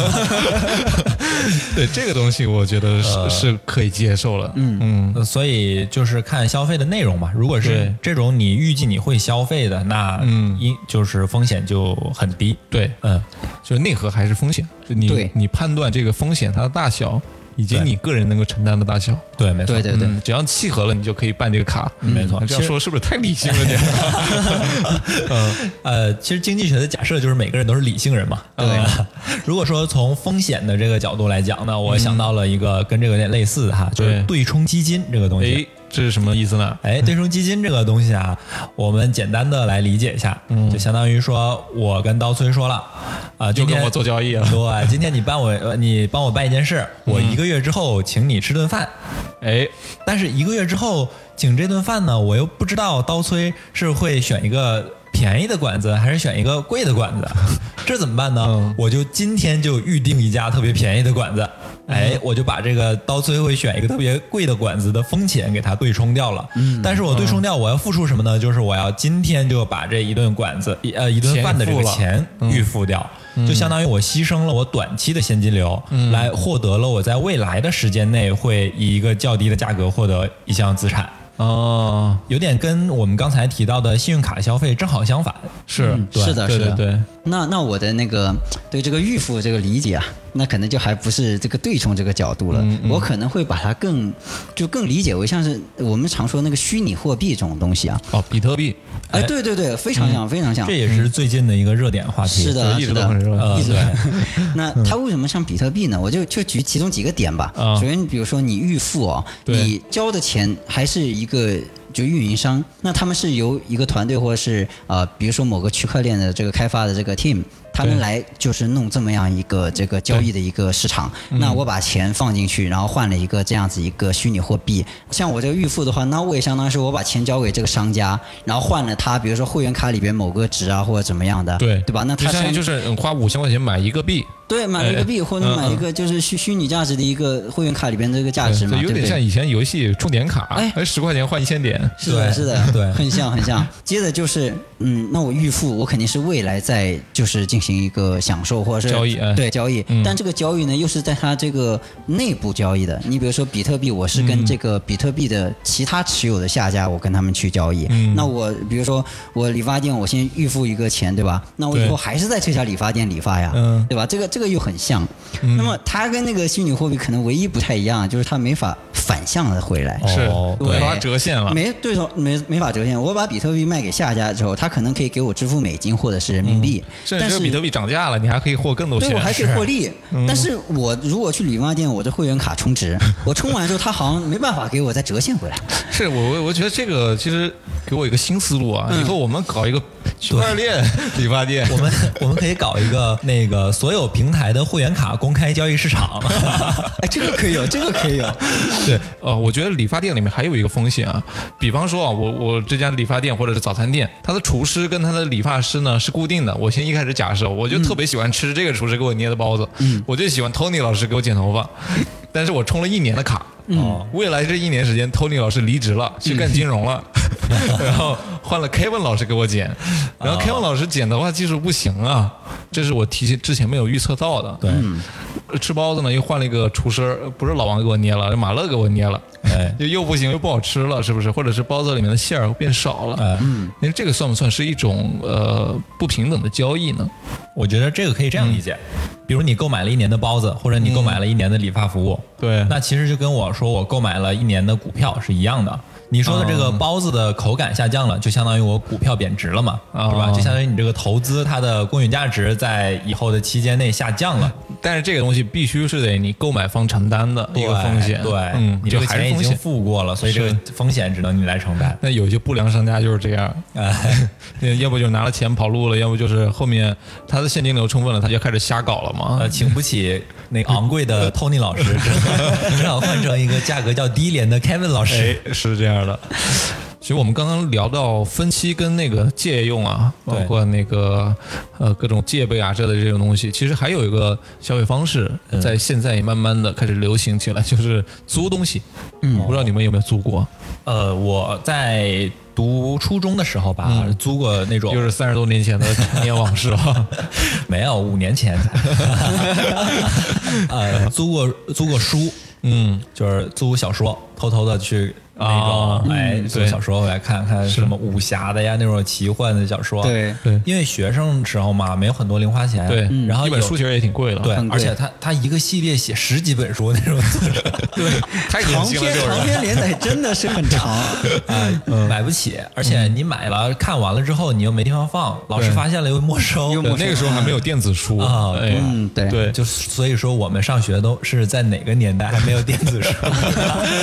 Speaker 3: *laughs* 对这个东西，我觉得
Speaker 2: 呃
Speaker 3: 是、是可以接受了。嗯嗯，
Speaker 1: 呃所以就是看消费的内容嘛。如果是
Speaker 3: 对
Speaker 1: 这种你预计你会消费的，那
Speaker 3: 嗯
Speaker 1: 因就是风险就很低。
Speaker 3: 对，
Speaker 1: 嗯，
Speaker 3: 就是内核还是风险，就你
Speaker 2: 对
Speaker 3: 你判断这个风险它的大小，以及你个人能够承担的大小。
Speaker 1: 对，没错，
Speaker 2: 对对对，嗯
Speaker 3: 嗯，只要契合了，你就可以办这个卡。嗯
Speaker 1: 没错。
Speaker 3: 这样说是不是太理性
Speaker 2: *laughs*
Speaker 3: 了点？
Speaker 1: 呃，其实经济学的假设就是每个人都是理性人嘛。
Speaker 2: 对
Speaker 1: 呃如果说从风险的这个角度来讲呢，我想到了一个跟这个有点类似的哈，就是
Speaker 3: 嗯对
Speaker 1: 对冲基金这个东西。
Speaker 3: 哎，这是什么意思呢？
Speaker 1: 哎，对冲基金这个东西啊，我们简单的来理解一下，
Speaker 3: 嗯
Speaker 1: 就相当于说我跟刀崔说了，啊，今
Speaker 3: 就跟
Speaker 1: 天
Speaker 3: 我做交易了。嗯
Speaker 1: 对，今天你帮我，呃你帮我办一件事，我一个月之后请你吃顿饭，
Speaker 3: 哎，
Speaker 1: 但是一个月之后请这顿饭呢，我又不知道刀崔是会选一个便宜的馆子，还是选一个贵的馆子，这怎么办呢？
Speaker 3: 嗯
Speaker 1: 我就今天就预定一家特别便宜的馆子，哎，我就把这个刀崔会选一个特别贵的馆子的风险给它对冲掉了。但是我对冲掉，我要付出什么呢？就是我要今天就把这一顿馆子，一呃，一顿饭的这个钱预嗯付掉。就相当于我牺牲了我短期的现金流，来获得了我在未来的时间内会以一个较低的价格获得一项资产，
Speaker 3: 哦，
Speaker 1: 有点跟我们刚才提到的信用卡消费正好相反。
Speaker 3: 是
Speaker 2: 嗯
Speaker 3: 对
Speaker 2: 是的
Speaker 3: 对
Speaker 2: 是的
Speaker 3: 对对，
Speaker 2: 那那我的那个对这个预付这个理解啊，那可能就还不是这个对冲这个角度了，
Speaker 3: 嗯
Speaker 2: 我可能会把它更就更理解为像是我们常说那个虚拟货币这种东西啊。
Speaker 3: 哦，比特币
Speaker 2: 哎，对对对，非常像，非常像
Speaker 1: 这。也是最近的一个热点话题。
Speaker 2: 是的，
Speaker 3: 嗯一
Speaker 2: 是
Speaker 3: 直都很热
Speaker 2: 的，
Speaker 1: 呃，
Speaker 2: 一直
Speaker 1: 对，
Speaker 2: *laughs* 那它为什么像比特币呢？我就就举其中几个点吧。
Speaker 3: 嗯啊
Speaker 2: 首先，比如说你预付哦，
Speaker 3: 对
Speaker 2: 你交的钱还是一个。就运营商，那他们是由一个团队或者是呃，比如说某个区块链的这个开发的这个 team，他们
Speaker 3: 对
Speaker 2: 来就是弄这么样一个这个交易的一个市场。
Speaker 3: 嗯
Speaker 2: 那我把钱放进去，然后换了一个这样子一个虚拟货币。像我这个预付的话，那我也相当于是我把钱交给这个商家，然后换了他，比如说会员卡里边某个值啊或者怎么样的，
Speaker 3: 对
Speaker 2: 对吧？那
Speaker 3: 就
Speaker 2: 他
Speaker 3: 相当
Speaker 2: 相
Speaker 3: 于就是嗯花五千块钱买一个币，
Speaker 2: 对，买了一个币，
Speaker 3: 嗯
Speaker 2: 或者买一个就是虚虚拟价值的一个会员卡里边这个价值嘛，
Speaker 3: 对
Speaker 2: 对
Speaker 3: 有
Speaker 2: 不
Speaker 3: 点像
Speaker 2: 对？
Speaker 3: 以前游戏充点卡，
Speaker 2: 哎
Speaker 3: 哎，十块钱换一千点，
Speaker 2: 是的，
Speaker 1: 对
Speaker 2: 是
Speaker 3: *laughs*
Speaker 2: 的，
Speaker 1: 对
Speaker 2: 很像，很像。接着就是，嗯，那我预付，我肯定是未来再就是进行一个享受或者是
Speaker 3: 交易哎
Speaker 2: 对交易
Speaker 3: 嗯。
Speaker 2: 但这个交易呢，又是在它这个内部交易的。你比如说比特币，我是跟这个比特币的其他持有的下家，我跟他们去交易。
Speaker 3: 嗯
Speaker 2: 那我比如说我理发店，我先预付一个钱，对吧？那我以
Speaker 3: 对
Speaker 2: 后还是在这家理发店理发呀，
Speaker 3: 嗯
Speaker 2: 对吧？这个这个又很像。那么它跟那个虚拟货币可能唯一不太一样，就是它没法反向的回来。
Speaker 3: 是
Speaker 1: 哦
Speaker 3: 我
Speaker 2: 对
Speaker 3: 把它折现了，
Speaker 2: 没对头，没没法折现。我把比特币卖给下家之后，他可能可以给我支付美金或者是人民币，
Speaker 3: 嗯甚
Speaker 2: 但
Speaker 3: 至
Speaker 2: 是
Speaker 3: 这个比特币涨价了，你还可以获更多钱，嗯
Speaker 2: 对我还可以
Speaker 3: 是
Speaker 2: 获
Speaker 3: *laughs*
Speaker 2: 利。但是我如果去理发店，我这会员卡充值，我充完之后，他好像没办法给我再折现回来。
Speaker 3: *laughs* 是我我我觉得这个其实给我一个新思路啊，以后我们搞一个区块链 *laughs* 理发店，
Speaker 1: 我们我们可以搞一个那个所有平台的会员卡公开交易市场。
Speaker 2: *laughs* 哎，这个可以有，这个可以有。
Speaker 3: 对，呃，我觉得理发店里面还有一个风险啊，比方说啊，我我这家理发店或者是早餐店，它的厨师跟他的理发师呢是固定的。我先一开始假设，我就
Speaker 1: 嗯
Speaker 3: 特别喜欢吃这个厨师给我捏的包子，我就喜欢 Tony 老师给我剪头发，但是我充了一年的卡。
Speaker 1: 嗯，
Speaker 3: 未来这一年时间，Tony 老师离职了，去干金融了，
Speaker 1: 嗯
Speaker 3: *laughs* 然后换了 Kevin 老师给我剪，然后
Speaker 1: 哦
Speaker 3: Kevin 老师剪的话技术不行啊，这是我提前之前没有预测到的。嗯
Speaker 1: 对，
Speaker 3: 吃包子呢，又换了一个厨师，呃不是老王给我捏了，是马乐给我捏了， *laughs*
Speaker 1: 哎，
Speaker 3: 又又不行，又不好吃了，是不是？或者是包子里面的馅儿变少了，
Speaker 1: 呃，
Speaker 3: 那这个算不算是一种呃不平等的交易呢？
Speaker 1: 我觉得这个可以这样理解，
Speaker 2: 嗯
Speaker 1: 比如你购买了一年的包子，或者你购买了一年的理发服务，
Speaker 3: 对
Speaker 1: 那其实就跟我说我购买了一年的股票是一样的。你说的这个
Speaker 3: 哦
Speaker 1: 包子的口感下降了，就相当于我股票贬值了嘛，
Speaker 3: 哦
Speaker 1: 是吧？就相当于你这个投资它的公允价值在以后的期间内下降了，
Speaker 3: 但是这个东西必须是得你购买方承担的一个
Speaker 1: 对
Speaker 3: 风险，
Speaker 1: 对，
Speaker 3: 嗯，
Speaker 1: 你这
Speaker 3: 就
Speaker 1: 个
Speaker 3: 还是
Speaker 1: 钱已
Speaker 3: 风
Speaker 1: 经
Speaker 3: 险。
Speaker 1: 付过了，所以这个风险只能你来承担。
Speaker 3: 那有些不良商家就是这
Speaker 1: *laughs*
Speaker 3: 样， *laughs*
Speaker 1: 哎，
Speaker 3: 要不就拿了钱跑路了，要不就是后面他的现金流充分了，他就开始瞎搞了嘛
Speaker 1: 呃，。请不起那个昂贵的
Speaker 3: *laughs*
Speaker 1: Tony 老师， *laughs* 只好换成一个价格较低廉的 Kevin 老师。
Speaker 3: 哎，是这样的。其实我们刚刚聊到分期跟那个借用啊，包
Speaker 1: 对
Speaker 3: 括那个呃各种借呗啊之类的这种东西，其实还有一个消费方式
Speaker 1: 嗯
Speaker 3: 在现在也慢慢的开始流行起来， *laughs* 就是租东西。嗯，我不知道你们有没有租过，
Speaker 1: 呃，我在读初中的时候吧，
Speaker 3: 嗯
Speaker 1: 租过那种
Speaker 3: 又是三十多年前的陈年往事啊
Speaker 1: *laughs*
Speaker 3: 了。
Speaker 1: 没有五年前 *laughs* 才，呃，租过租过书，
Speaker 3: 嗯，
Speaker 1: 就是租小说，偷偷的去那
Speaker 3: 啊
Speaker 1: 种哎做
Speaker 3: 对
Speaker 1: 小说回来看看什么武侠的呀那种奇幻的小说，
Speaker 2: 对
Speaker 3: 对
Speaker 1: 因为学生时候嘛没有很多零花钱，
Speaker 3: 对，
Speaker 1: 嗯
Speaker 3: 嗯
Speaker 1: 然后
Speaker 3: 一本
Speaker 1: 有
Speaker 3: 书其实也挺贵的，
Speaker 1: 对
Speaker 2: 很，
Speaker 1: 而
Speaker 2: 贵
Speaker 1: 且他他一个系列写十几本书那种 *laughs* 作者，对，
Speaker 3: 太年
Speaker 2: 长
Speaker 3: 轻了
Speaker 2: 篇
Speaker 3: 这种
Speaker 2: 长
Speaker 3: 人。
Speaker 2: 篇连载真的是很长，
Speaker 1: 嗯买不起，而且你买了看完了之后你又没地方放，老师
Speaker 3: 对
Speaker 1: 发现了又没收，
Speaker 3: 对那个时候还没有电子书
Speaker 1: 啊
Speaker 3: 哎
Speaker 2: 嗯对
Speaker 3: 对，
Speaker 1: 就所以说我们上学都是在哪个年代还没有电子
Speaker 3: *laughs*
Speaker 1: 书， *laughs*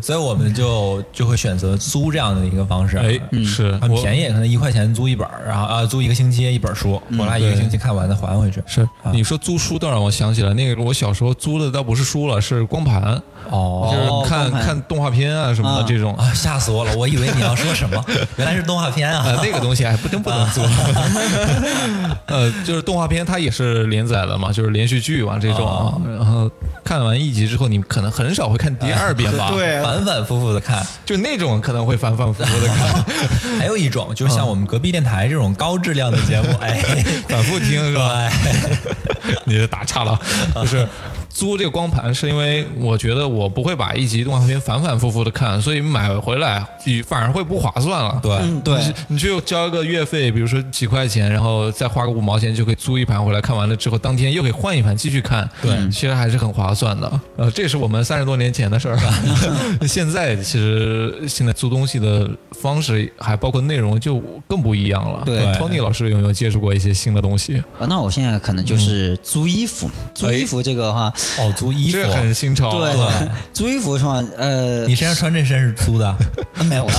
Speaker 1: 所以我们就就会选择租这样的一个方式，啊嗯
Speaker 3: 哎是
Speaker 1: 很
Speaker 3: 我
Speaker 1: 便宜，可能一块钱租一本儿，然后啊租一个星期一本书，回来一个
Speaker 3: 嗯对
Speaker 1: 星期看完再还回去。啊
Speaker 3: 是你说租书，倒让我想起来那个我小时候租的倒不是书了，是光盘，就
Speaker 1: 哦
Speaker 3: 是看
Speaker 2: 光盘
Speaker 3: 看动画片啊什么的
Speaker 2: 啊
Speaker 1: *laughs*
Speaker 3: 这种。
Speaker 1: 啊，吓死我了！我以为你要说什么，原来是动画片
Speaker 3: 呃
Speaker 1: 啊。，
Speaker 3: 那个东西还不真不能做。 *laughs* 呃，就是动画片，它也是连载的嘛，就是连续剧嘛这种啊。然后看完一集之后，你可能很少会看第二遍
Speaker 1: *laughs*
Speaker 3: 吧？，
Speaker 1: 反反复复的看，
Speaker 3: 就那种可能会反反复复的看，
Speaker 1: 还有一种就是像我们隔壁电台这种高质量的节
Speaker 3: *laughs*
Speaker 1: 目，哎，
Speaker 3: 嗯反复听是吧？
Speaker 1: 对，
Speaker 3: 你就打岔了，就是。租这个光盘是因为我觉得我不会把一集动画片反反复复的看，所以买回来反而会不划算了。
Speaker 1: 对
Speaker 2: 嗯对，
Speaker 3: 你就交一个月费，比如说几块钱，然后再花个五毛钱就可以租一盘回来，看完了之后当天又可以换一盘继续看。对，其实还是很划算的。呃，这是我们三十多年前的事儿了。现在其实现在租东西的方式还包括内容就更不一样了。
Speaker 2: 对
Speaker 3: ，Tony 老师有没有接触过一些新的东西？
Speaker 2: 啊那我现在可能
Speaker 3: 嗯
Speaker 2: 就是租衣服，租
Speaker 3: 哎
Speaker 2: 衣服这个的话，
Speaker 1: 哦，租衣服
Speaker 3: 这，很新潮。
Speaker 2: 对，租衣服的话，呃，
Speaker 1: *laughs* 你身上穿这身是租的，
Speaker 2: 啊 *laughs* 没有，我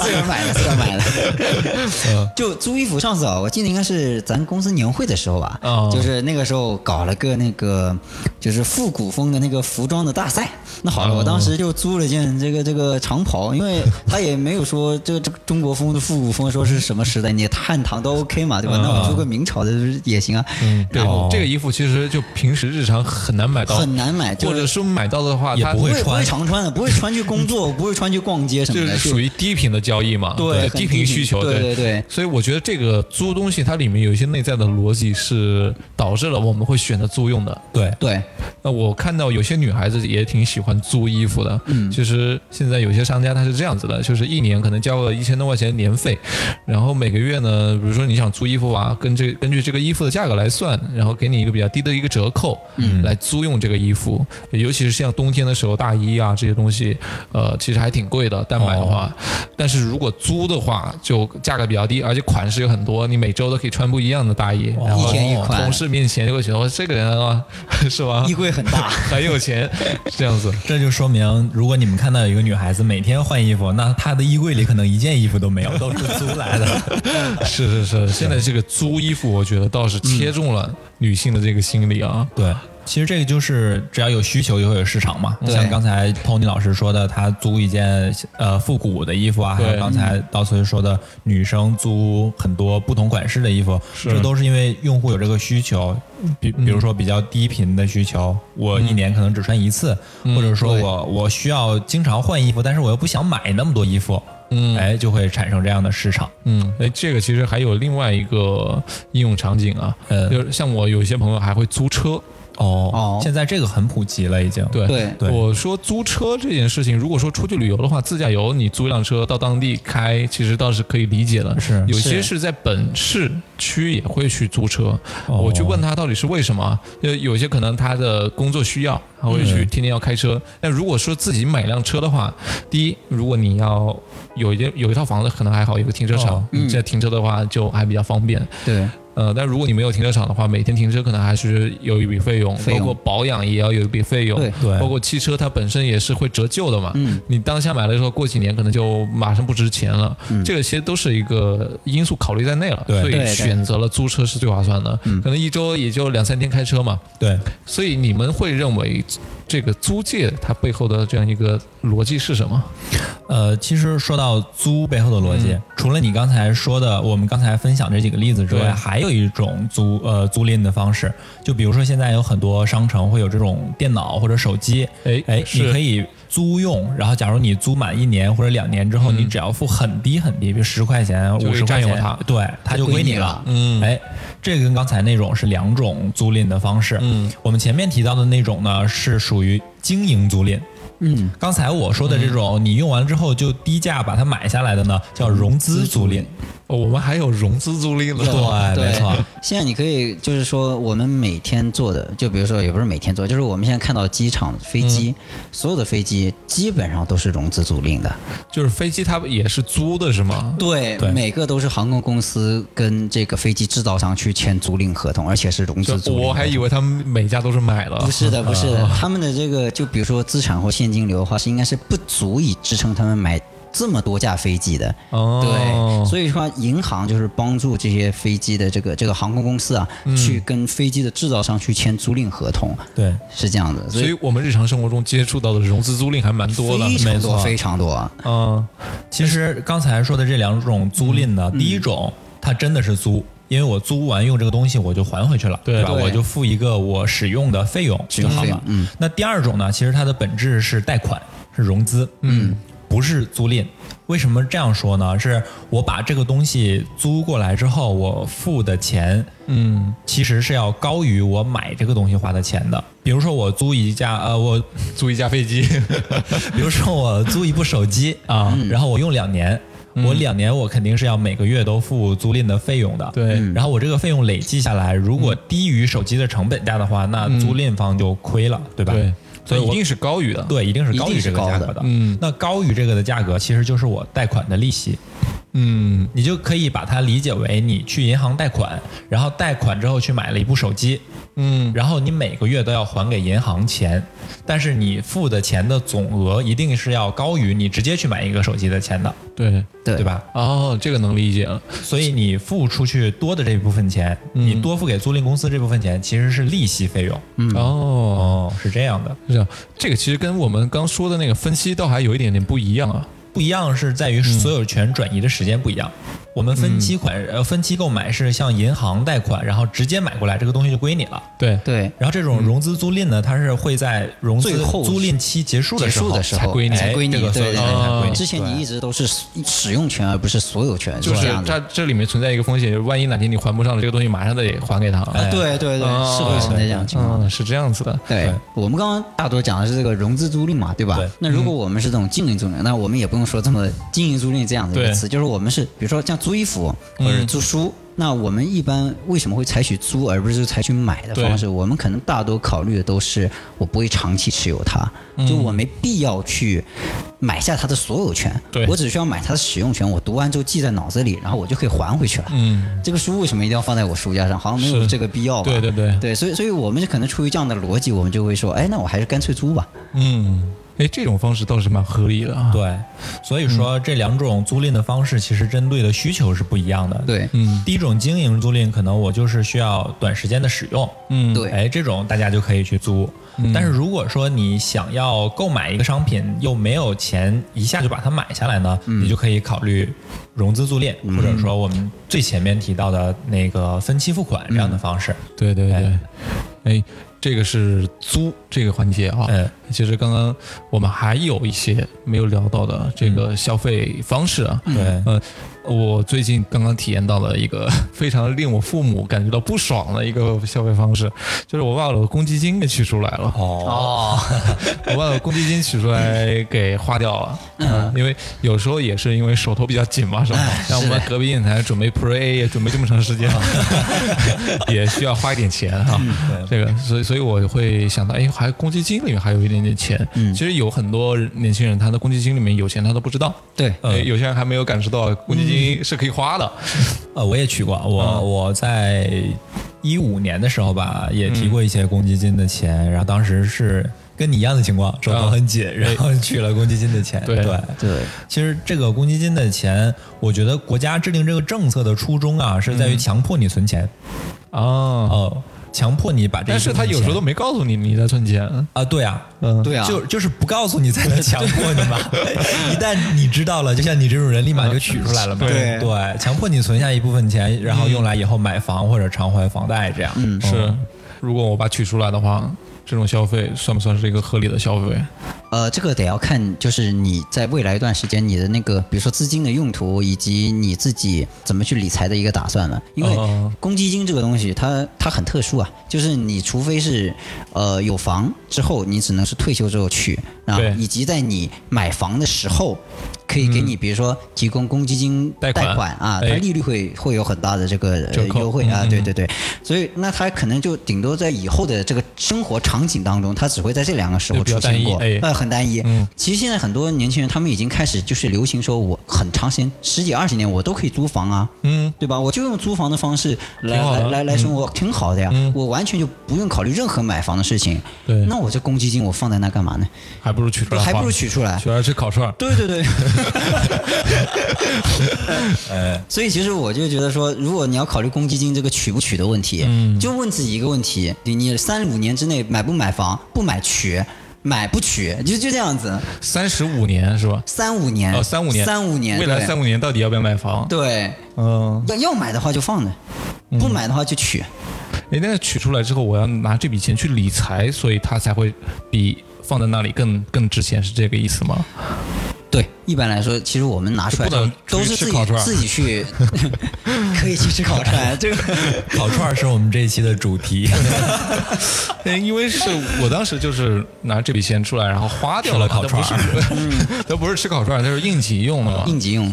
Speaker 2: 自个儿买的，自个儿买
Speaker 3: *laughs*
Speaker 2: 的。就租衣服，上次啊，我记得应该是咱公司年会的时候吧，
Speaker 3: 哦
Speaker 2: 就是那个时候搞了个那个就是复古风的那个服装的大赛。那好了，
Speaker 3: 哦
Speaker 2: 我当时就租了件这个这个长袍，因为他也没有说这个这个中国风的复古风说是什么时代，你汉唐都 OK 嘛，对吧？那我租个明朝的也行啊。
Speaker 3: 嗯，对
Speaker 2: 然后，
Speaker 3: 这个衣服其实就平时日常很难买到，
Speaker 2: 很难买就是
Speaker 3: 或者说买到的话，
Speaker 1: 也
Speaker 3: 它
Speaker 1: 不
Speaker 2: 不
Speaker 1: 会
Speaker 2: 会不
Speaker 1: 穿
Speaker 2: 会常穿的，不会穿去工作，不会穿去逛街什
Speaker 3: 就
Speaker 2: 么的，
Speaker 3: 是属于低频的交易嘛，
Speaker 2: 对很
Speaker 3: 低频需求，
Speaker 2: 低频对
Speaker 3: 对
Speaker 2: 对对
Speaker 3: 所以我觉得这个租东西它里面有一些内在的逻辑是导致了我们会选择租用的。
Speaker 1: 对，
Speaker 2: 对。
Speaker 3: 那我看到有些女孩子也挺喜欢租衣服的，嗯，其实现在有些商家他是这样子的，就是一年可能交个一千多块钱年费，然后每个月呢，比如说你想租衣服啊，跟这根据这个衣服的价格来算，然后给你一个比较低的一个折扣，嗯，来租用这个衣服，尤其是像冬天的时候，大衣啊这些东西，呃，其实还挺贵的，单买的
Speaker 2: 哦
Speaker 3: 话，但是如果租的话，就价格比较低，而且款式有很多，你每周都可以穿不一样的大衣，然后
Speaker 2: 哦一天一款
Speaker 3: 同事面前就会觉得这个人啊， *laughs* 是吧？
Speaker 2: 衣柜很大
Speaker 3: *laughs* 很有钱，这样子。
Speaker 1: 这就说明，如果你们看到有一个女孩子每天换衣服，那她的衣柜里可能一件衣服都没有，都是租来的。
Speaker 3: 是是是， *laughs* 现在这个租衣服，我觉得倒是切中了女性的这个心理啊。
Speaker 1: 对，其实这个就是只要有需求，就会有市场嘛。像刚才 Tony 老师说的，他租一件呃复古的衣服啊，还
Speaker 3: 对
Speaker 1: 有刚才到崔说的女生租很多不同款式的衣服，
Speaker 3: 是嗯
Speaker 1: 这都是因为用户有这个需求。比比如说比较低频的需求，我一年可能只穿一次，
Speaker 3: 嗯
Speaker 1: 或者说
Speaker 2: 对
Speaker 1: 我我需要经常换衣服，但是我又不想买那么多衣服，嗯，哎，就会产生这样的市场。
Speaker 3: 嗯，哎，这个其实还有另外一个应用场景啊，
Speaker 1: 嗯
Speaker 3: 就是像我有些朋友还会租车。
Speaker 1: 哦，
Speaker 2: 哦
Speaker 1: 现在这个很普及了，已经。
Speaker 3: 对
Speaker 2: 对
Speaker 1: 对
Speaker 3: 我说租车这件事情，如果说出去旅游的话，自驾游你租一辆车到当地开，其实倒是可以理解的。
Speaker 1: 是
Speaker 3: 有些
Speaker 2: 是
Speaker 3: 是在本市区也会去租车，
Speaker 1: 哦
Speaker 3: 我去问他到底是为什么，呃，有些可能他的工作需要，他会
Speaker 1: 嗯
Speaker 3: 去天天要开车。但如果说自己买辆车的话，第一，如果你要有一间有一套房子，可能还好，有个停车场
Speaker 1: 哦，
Speaker 3: 你在停车的话就还比较方便。
Speaker 2: 对，
Speaker 3: 呃，但如果你没有停车场的话，每天停车可能还是有一笔费用，
Speaker 2: 费用
Speaker 3: 包括保养也要有一笔费用，
Speaker 2: 对
Speaker 1: 对
Speaker 3: 包括汽车它本身也是会折旧的嘛。
Speaker 2: 嗯，
Speaker 3: 你当下买了之后，过几年可能就马上不值钱了。这个其实都是一个因素考虑在内了，
Speaker 1: 对
Speaker 3: 所
Speaker 2: 对
Speaker 3: 以
Speaker 2: 对
Speaker 3: 选择了租车是最划算的。可能一周也就两三天开车嘛，
Speaker 1: 对，
Speaker 3: 所以你们会认为这个租借它背后的这样一个逻辑是什么？
Speaker 1: 呃，其实说到租背后的逻辑，
Speaker 3: 嗯
Speaker 1: 除了你刚才说的，我们刚才分享这几个例子之
Speaker 3: 对
Speaker 1: 外，还有一种租呃租赁的方式，就比如说现在有很多商城会有这种电脑或者手机，
Speaker 3: 哎
Speaker 1: 哎，
Speaker 3: 是
Speaker 1: 你可以租用，然后假如你租满一年或者两年之后，你只要付很低很低，比如十块钱、
Speaker 3: 嗯就
Speaker 1: 五
Speaker 3: 可以
Speaker 1: 十块
Speaker 3: 占有
Speaker 1: 钱
Speaker 3: 它，
Speaker 1: 对，它就
Speaker 2: 就归
Speaker 1: 归你
Speaker 2: 你
Speaker 1: 了
Speaker 2: 了。
Speaker 3: 嗯
Speaker 1: 哎，这个跟刚才那种是两种租赁的方式。
Speaker 3: 嗯，
Speaker 1: 我们前面提到的那种呢，是属于经营租赁。嗯，刚才我说的这种，你用完了之后就低价把它买下来的呢，叫融资租赁。
Speaker 3: 哦，我们还有融资租赁
Speaker 2: 有
Speaker 3: 了，
Speaker 1: 对没错
Speaker 2: 现在你可以就是说，我们每天做的，就比如说也不是每天做，就是我们现在看到机场飞机，
Speaker 3: 嗯
Speaker 2: 所有的飞机基本上都是融资租赁的。
Speaker 3: 就是飞机它也是租的是吗？
Speaker 2: 对，
Speaker 1: 对
Speaker 2: 每个都是航空公司跟这个飞机制造商去签租赁合同，而且是融
Speaker 3: 就
Speaker 2: 资租赁合同。
Speaker 3: 我还以为他啊们每家都是买了
Speaker 2: 不，是的，不是的，他们的这个就比如说资产或现金流的话，是应该是不足以支撑他们买这么多架飞机的。
Speaker 3: 哦，
Speaker 2: 对，所以说银行就是帮助这些飞机的这个这个航空公司啊，去跟飞机的制造商去签租赁合同，
Speaker 1: 对，
Speaker 2: 是这样的。
Speaker 3: 所
Speaker 2: 所
Speaker 3: 以我们日常生活中接触到的融资租赁还蛮嗯多的，
Speaker 2: 非常
Speaker 1: 没错
Speaker 2: 多，非常多啊。
Speaker 3: 嗯，
Speaker 1: 其实刚才说的这两种租赁呢，第一种它真的是租。因为我租完用这个东西，我就还回去了，
Speaker 3: 对
Speaker 1: 吧？
Speaker 2: 对
Speaker 1: 我就付一个我使用的费用就好了
Speaker 2: 费用。嗯，
Speaker 1: 那第二种呢，其实它的本质是贷款，是融资，嗯，不是租赁。为什么这样说呢？是我把这个东西租过来之后，我付的钱，
Speaker 3: 嗯，
Speaker 1: 其实是要高于我买这个东西花的钱的。比如说我租一架，呃，我 *laughs*
Speaker 3: 租一架飞机，
Speaker 1: 比如说我租一部手机啊，然后我用两年。我两年，我肯定是要每个月都付租赁的费用的。
Speaker 3: 对嗯
Speaker 1: 然后我这个费用累计下来，如果低于手机的成本价的话，那租赁方就亏了，对吧？
Speaker 3: *laughs* 对，
Speaker 1: 所以
Speaker 3: 一
Speaker 1: 我
Speaker 3: 定是高于的，
Speaker 1: 对一定是高于
Speaker 2: 一定
Speaker 1: 这
Speaker 2: 是
Speaker 1: 个价
Speaker 2: 高
Speaker 1: 格
Speaker 2: 的
Speaker 1: 的。
Speaker 3: 嗯
Speaker 1: 那高于这个的价格，其实就是我贷款的利息。
Speaker 3: 嗯，
Speaker 1: 你就可以把它理解为你去银行贷款，然后贷款之后去买了一部手机，
Speaker 3: 嗯，
Speaker 1: 然后你每个月都要还给银行钱，但是你付的钱的总额一定是要高于你直接去买一个手机的钱的，
Speaker 3: 对，
Speaker 2: 对
Speaker 1: 对？吧？
Speaker 3: 哦，这个能理解了，
Speaker 1: 所以你付出去多的这部分钱，
Speaker 2: 嗯
Speaker 1: 你多付给租赁公司这部分钱其实是利息费用。
Speaker 2: 嗯
Speaker 3: 哦，
Speaker 1: 哦，是这样的，
Speaker 3: 是这样，这个其实跟我们刚说的那个分析倒还有一点点不一样啊，
Speaker 1: 不一样是在于所有权转移的时间不一样。我们分期款
Speaker 2: 嗯
Speaker 1: 呃分期购买是向银行贷款，然后直接买过来，这个东西就归你了。
Speaker 3: 对，
Speaker 2: 对，
Speaker 1: 然后这种融资租赁呢，它是会在融资
Speaker 2: 最后
Speaker 1: 租赁期结束的
Speaker 2: 结
Speaker 1: 时候
Speaker 2: 束的时
Speaker 3: 才
Speaker 2: 候
Speaker 3: 归你
Speaker 2: 才归你，
Speaker 1: 哎这个
Speaker 2: 对
Speaker 1: 所有
Speaker 2: 对
Speaker 1: 权
Speaker 3: 才归
Speaker 2: 对。
Speaker 3: 你
Speaker 2: 之前你一直都是使使用权而不是所有权，
Speaker 3: 就
Speaker 2: 这
Speaker 3: 是是
Speaker 2: 样的。
Speaker 3: 它这里面存在一个风险，就是万一哪天你还不上了这个东西，马上得还给他。
Speaker 1: 哎
Speaker 2: 对对对，是会存在这样的情况。
Speaker 3: 嗯，是这样子的。
Speaker 2: 对
Speaker 1: 对
Speaker 2: 我们刚刚大多讲的是这个融资租赁嘛，对吧？
Speaker 1: 对
Speaker 2: 那如果我们是这种经营租赁，那我们也不用说这么经营租赁这样的一
Speaker 3: 嗯对嗯
Speaker 2: 个词，就是我们是比如说像租衣服或者租书。那我们一般为什么会采取租而不是采取买的方式？我们可能大多考虑的都是我不会长期持有它，
Speaker 3: 嗯
Speaker 2: 就我没必要去买下它的所有权，
Speaker 3: 对
Speaker 2: 我只需要买它的使用权。我读完之后记在脑子里，然后我就可以还回去了。
Speaker 3: 嗯，
Speaker 2: 这个书为什么一定要放在我书架上？好像没有
Speaker 3: 是
Speaker 2: 这个必要吧？
Speaker 3: 对对对，
Speaker 2: 对，所以所以我们就可能出于这样的逻辑，我们就会说，哎，那我还是干脆租吧。
Speaker 3: 嗯，哎，这种方式倒是蛮合理的啊。，
Speaker 1: 对，所以说这两种租赁的方式其实针对的需求是不一样的。，
Speaker 2: 对，
Speaker 3: 嗯
Speaker 1: 第一种经营租赁可能我就是需要短时间的使用，
Speaker 3: 嗯，
Speaker 2: 对
Speaker 1: 哎，这种大家就可以去租。但是如果说你想要购买一个商品，又没有钱一下就把它买下来呢，你就可以考虑融资租赁，或者说我们最前面提到的那个分期付款这样的方式。
Speaker 3: 对对对
Speaker 1: 哎，
Speaker 3: 哎，这个是租这个环节啊。
Speaker 1: 嗯
Speaker 3: 其实刚刚我们还有一些没有聊到的这
Speaker 1: 嗯
Speaker 3: 个消费方式啊。
Speaker 1: 对，
Speaker 3: 呃，我最近刚刚体验到了一个 *laughs* 非常令我父母感觉到不爽的一个消费方式，就是我把我的公积金给取出来了。
Speaker 1: 哦，
Speaker 2: 哦，
Speaker 3: *laughs* 我把我公积金取出来给花掉了，嗯，因为有时候也是因为手头比较紧嘛，是吧？像我们隔壁电台准备 Pro A 也准备这么长时间了， *laughs* 也需要花一点钱哈。这个，所以所以我会想到，哎，还公积金里面还有一点点钱。嗯，其实有很多年轻人他的公积金里面有钱，他都不知道。
Speaker 2: 对，
Speaker 3: 呃，有些人还没有感受到公积金是可以花的。
Speaker 1: 呃，我也去过，我、
Speaker 3: 啊
Speaker 1: 我在一五年的时候吧，也提过一些公积金的钱，
Speaker 3: 嗯
Speaker 1: 然后当时是跟你一样的情况，手头很紧，然后去了公积金的钱。
Speaker 3: 啊对
Speaker 2: 对，
Speaker 1: 其实这个公积金的钱，我觉得国家制定这个政策的初衷啊，是在于强迫你存钱，
Speaker 3: 啊，
Speaker 1: 哦，强迫你把这一
Speaker 3: 但
Speaker 1: 部分
Speaker 3: 是
Speaker 1: 钱。
Speaker 3: 他有时候都没告诉你你在存钱。
Speaker 1: 啊，对啊。
Speaker 3: 嗯，
Speaker 2: 对啊，
Speaker 1: 就就是不告诉你才能强迫你
Speaker 2: *laughs*
Speaker 1: 嘛， *laughs* 一旦你知道了，就像你这种人立马就取出来了嘛。
Speaker 2: 对
Speaker 1: 对，强迫你存下一部分钱，然后用来以后买房或者偿还房贷这样。嗯，
Speaker 3: 是，如果我把取出来的话，这种消费算不算是一个合理的消费？
Speaker 2: 呃，这个得要看，就是你在未来一段时间你的那个，比如说资金的用途，以及你自己怎么去理财的一个打算了。因为
Speaker 3: 哦
Speaker 2: 公积金这个东西它，它很特殊啊，就是你除非是呃有房之后，你只能是退休之后去，然后
Speaker 1: 对
Speaker 2: 以及在你买房的时候。可以给你，比如说提供公积金
Speaker 3: 嗯贷款
Speaker 2: 啊，
Speaker 3: 哎
Speaker 2: 它利率会会有很大的这个呃
Speaker 3: 折扣
Speaker 2: 优惠啊，
Speaker 3: 嗯嗯
Speaker 2: 对对对，所以那它可能就顶多在以后的这个生活场景当中，它只会在这两个时候
Speaker 3: 就比
Speaker 2: 出
Speaker 3: 较
Speaker 2: 现
Speaker 3: 单一
Speaker 2: 过，
Speaker 3: 哎
Speaker 2: 呃，很单一。
Speaker 3: 嗯
Speaker 2: 其实现在很多年轻人他们已经开始就是流行说，我很长时间十几二十年我都可以租房啊，
Speaker 3: 嗯，
Speaker 2: 对吧？我就用租房的方式来
Speaker 3: 挺好的
Speaker 2: 来来来生活，挺好的呀、
Speaker 3: 嗯
Speaker 2: 我完全就不用考虑任何买房的事情。
Speaker 3: 对
Speaker 2: 那我这公积金我放在那干嘛呢？
Speaker 3: 还不如取出来花，
Speaker 2: 还不如取出来。
Speaker 3: 取来吃烤串儿。
Speaker 2: 对对
Speaker 3: *laughs*
Speaker 2: 对。
Speaker 3: 哎
Speaker 2: 所以其实我就觉得说，如果你要考虑公积金这个取不取的问题，
Speaker 3: 嗯
Speaker 2: 就问自己一个问题：你你三五年之内买不买房？不买取，买不取，就就这样子，
Speaker 3: 三十五年是吧？
Speaker 2: 三五年，
Speaker 3: 哦，三五年，
Speaker 2: 三五年，
Speaker 3: 未来
Speaker 2: 对
Speaker 3: 三五嗯年到底要不要买房？
Speaker 2: 对，
Speaker 3: 嗯，
Speaker 2: 要要买的话就放着，不买的话就取。
Speaker 3: 哎，那个取出来之后，我要拿这笔钱去理财，所以它才会比放在那里更更值钱，是这个意思吗？
Speaker 2: 对，一般来说，其实我们拿出来
Speaker 3: 就不能
Speaker 2: 都是自
Speaker 3: 出去吃
Speaker 2: 己
Speaker 3: 烤串儿
Speaker 2: 自己去， *laughs* 可以去吃烤串，这个
Speaker 1: 哦烤串儿是我们这一期的主
Speaker 2: *laughs*
Speaker 1: 题，
Speaker 3: 哎因为是 *laughs* 我当时就是拿这笔钱出来，然后花掉
Speaker 1: 吃了烤
Speaker 3: 它不是
Speaker 1: 串
Speaker 2: 嗯
Speaker 3: *laughs* 它不是吃烤串儿，它是应急用的嘛。
Speaker 2: 应急用。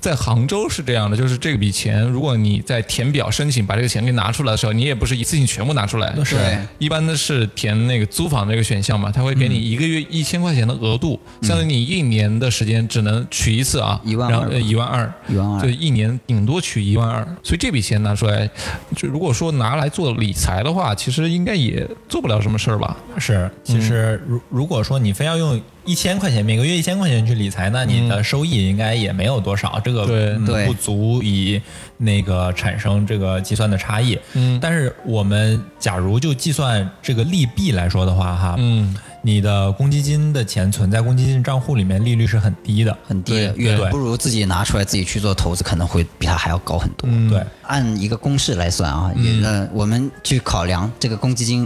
Speaker 3: 在杭州是这样的，就是这笔钱，如果你在填表申请把这个钱给拿出来的时候，你也不是一次性全部拿出来，
Speaker 2: 是对
Speaker 3: 一般的是填那个租房这个选项嘛，他会给你一个月一千块钱的额度，相当于你一年的时间只能取一次啊，
Speaker 2: 12,000
Speaker 3: 然后呃一万二，
Speaker 2: 12,000
Speaker 3: 就一年顶多取一万二，所以这笔钱拿出来，就如果说拿来做理财的话，其实应该也做不了什么事儿吧？
Speaker 1: 是，其
Speaker 3: 嗯
Speaker 1: 实如如果说你非要用一千块钱每个月一千块钱去理财，那你的收益应该也没有多少，这个
Speaker 3: 对
Speaker 1: 嗯
Speaker 2: 对
Speaker 1: 不足以那个产生这个计算的差异。
Speaker 3: 嗯
Speaker 1: 但是我们假如就计算这个利弊来说的话，哈，
Speaker 3: 嗯，
Speaker 1: 你的公积金的钱存在公积金账户里面，利率是很低的。
Speaker 2: 很低的，
Speaker 3: 对
Speaker 2: 远
Speaker 1: 对
Speaker 2: 不如自己拿出来自己去做投资，可能会比它还要高很多。
Speaker 3: 嗯
Speaker 1: 对，
Speaker 2: 按一个公式来算啊，也呃，我们去考量这个公积金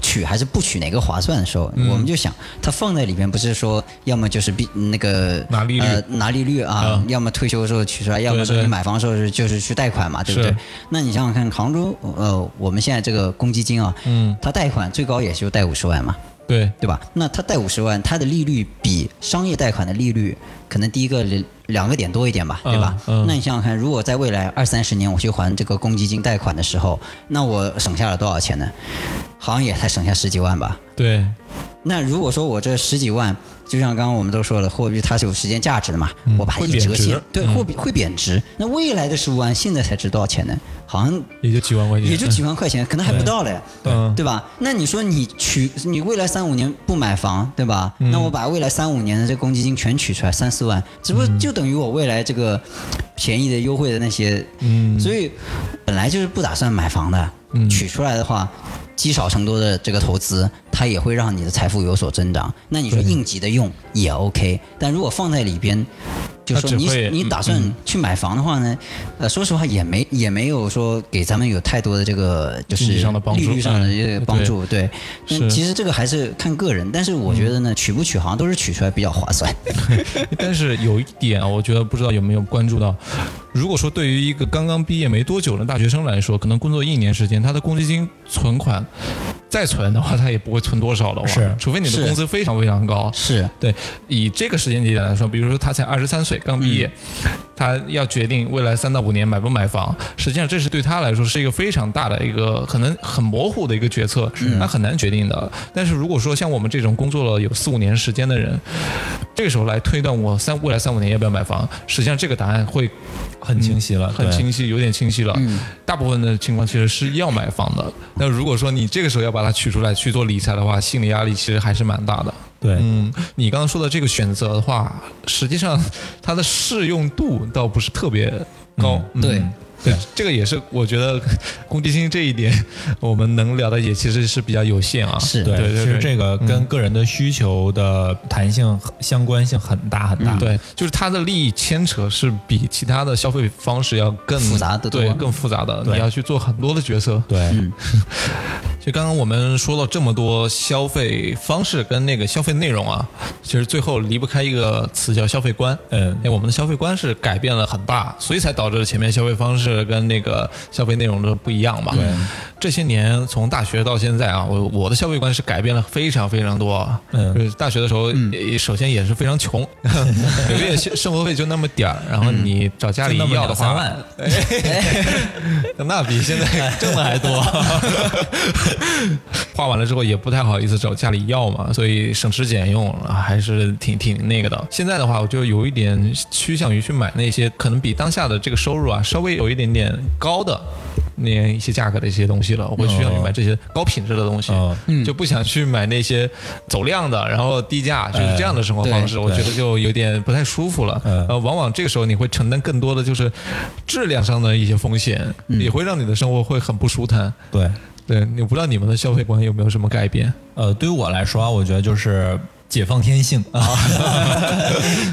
Speaker 2: 取还是不取哪个划算的时候，
Speaker 3: 嗯
Speaker 2: 我们就想它放在里面，不是说要么就是必那个
Speaker 3: 拿利率
Speaker 2: 呃拿利率啊
Speaker 3: 嗯，
Speaker 2: 要么退休的时候取出来，要么说
Speaker 3: 对
Speaker 2: 你买房的时候是就是去贷款嘛，对不对
Speaker 3: 是？
Speaker 2: 那你想想看，杭州呃，我们现在这个公积金啊，
Speaker 3: 嗯，
Speaker 2: 它贷款最高也就贷五十万嘛，
Speaker 3: 对，
Speaker 2: 对吧？那他贷五十万，他的利率比商业贷款的利率可能第一个两两个点多一点吧，
Speaker 3: 嗯
Speaker 2: 对吧？
Speaker 3: 嗯
Speaker 2: 那你想想看，如果在未来二三十年我去还这个公积金贷款的时候，那我省下了多少钱呢？好像也才省下十几万吧。
Speaker 3: 对，
Speaker 2: 那如果说我这十几万，就像刚刚我们都说了，货币它是有时间价值的嘛，我把它
Speaker 3: 嗯会
Speaker 2: 一
Speaker 3: 贬
Speaker 2: 折现
Speaker 3: 值，嗯
Speaker 2: 对，货币会贬值。那未来的十五万现在才值多少钱呢？好像
Speaker 3: 也就几万块钱，
Speaker 2: 也就几万块钱，可能还不到嘞，
Speaker 3: 嗯
Speaker 2: 对吧？那你说你取你未来三五年不买房，对吧？那
Speaker 3: 嗯
Speaker 2: 我把未来三五年的这公积金全取出来三四万，只不过
Speaker 3: 嗯
Speaker 2: 就等于我未来这个便宜的优惠的那些，
Speaker 3: 嗯
Speaker 2: 所以本来就是不打算买房的，取出来的话。积少成多的这个投资，它也会让你的财富有所增长。那你说应急的用也 OK，但如果放在里边，就
Speaker 3: 它
Speaker 2: 说
Speaker 3: 只
Speaker 2: 你
Speaker 3: 会嗯
Speaker 2: 你打算去买房的话呢，呃，说实话也没也没有说给咱们有太多的这个就是
Speaker 3: 经济上的帮助
Speaker 2: 利率上的一个
Speaker 3: 嗯
Speaker 2: 帮助，对。但
Speaker 3: 是
Speaker 2: 其实这个还是看个人，但是我觉得呢，取不取好像都是取出来比较划算。
Speaker 3: *laughs* 但是有一点啊，我觉得不知道有没有关注到，如果说对于一个刚刚毕业没多久的大学生来说，可能工作一年时间，他的公积金存款再存的话，他也不会存多少的话，
Speaker 1: 是
Speaker 3: 除非你
Speaker 2: 是
Speaker 3: 的工资非常非常高。
Speaker 2: 是，
Speaker 3: 对，以这个时间节点来说，比如说他才二十三岁，刚毕业，他要决定未来三到五年买不买房，实际上这是对他来说是一个非常大的一个可能很模糊的一个决策，他很难决定的。但是如果说像我们这种工作了有四五年时间的人，这个时候来推断我三未来三五年要不要买房，实际上这个答案会
Speaker 1: 很清晰了，
Speaker 3: 嗯很
Speaker 1: 嗯对
Speaker 3: 清晰，有点清晰了。大部分的情况其实是要买房的。那如果说你这个时候要把它取出来去做理财的话，心理压力其实还是蛮大的。
Speaker 1: 对，
Speaker 3: 嗯，你刚刚说的这个选择的话，实际上它的适用度倒不是特别高。
Speaker 2: *laughs* 对
Speaker 3: 嗯对，这个也是我觉得公积金这一点，我们能聊的也其实是比较有限啊。
Speaker 2: 是
Speaker 3: 对，嗯
Speaker 1: 其实这个跟个人的需求的弹性很相关性很大很大。
Speaker 3: 对，就是它的利益牵扯是比其他的消费方式要更
Speaker 2: 复杂得多
Speaker 3: 对，更复杂的，
Speaker 1: 对
Speaker 3: 你要去做很多的决策。
Speaker 1: 对，
Speaker 3: 就刚刚我们说了这么多消费方式跟那个消费内容啊，其实最后离不开一个词叫消费观。
Speaker 1: 嗯
Speaker 3: 哎，我们的消费观是改变了很大，所以才导致前面消费方式跟那个消费内容的不一样嘛。对，这些年从大学到现在啊，我我的消费观是改变了非常非常多。啊
Speaker 1: 嗯
Speaker 3: 就是大学的时候，也首先也是非
Speaker 1: *laughs*
Speaker 3: 常穷，每个月生活费就那么点儿，然后你找家里
Speaker 1: 嗯就那么
Speaker 3: 要的话，
Speaker 1: 两三万
Speaker 3: *laughs* 那比现在挣的还多。 *laughs* 花完了之后也不太好意思找家里要嘛，所以省吃俭用啊还是挺挺那个的。现在的话，我就有一点趋向于去买那些可能比当下的这个收入啊稍微有一点点高的。那一些价格的一些东西了，我会趋向于买这些高品质的东西，
Speaker 1: 哦
Speaker 3: 就不想去买那些走量的，然后低价，就是这样的生活方式，
Speaker 2: 对
Speaker 3: 我觉得就有点不太舒服了。
Speaker 1: 嗯
Speaker 3: 呃，往往这个时候你会承担更多的就是质量上的一些风险，也会让你的生活会很不舒坦。
Speaker 2: 嗯
Speaker 1: 对，
Speaker 3: 对，你不知道你们的消费观有没有什么改变？
Speaker 1: 呃，对于我来说啊，我觉得就是解放天性 *laughs* 啊，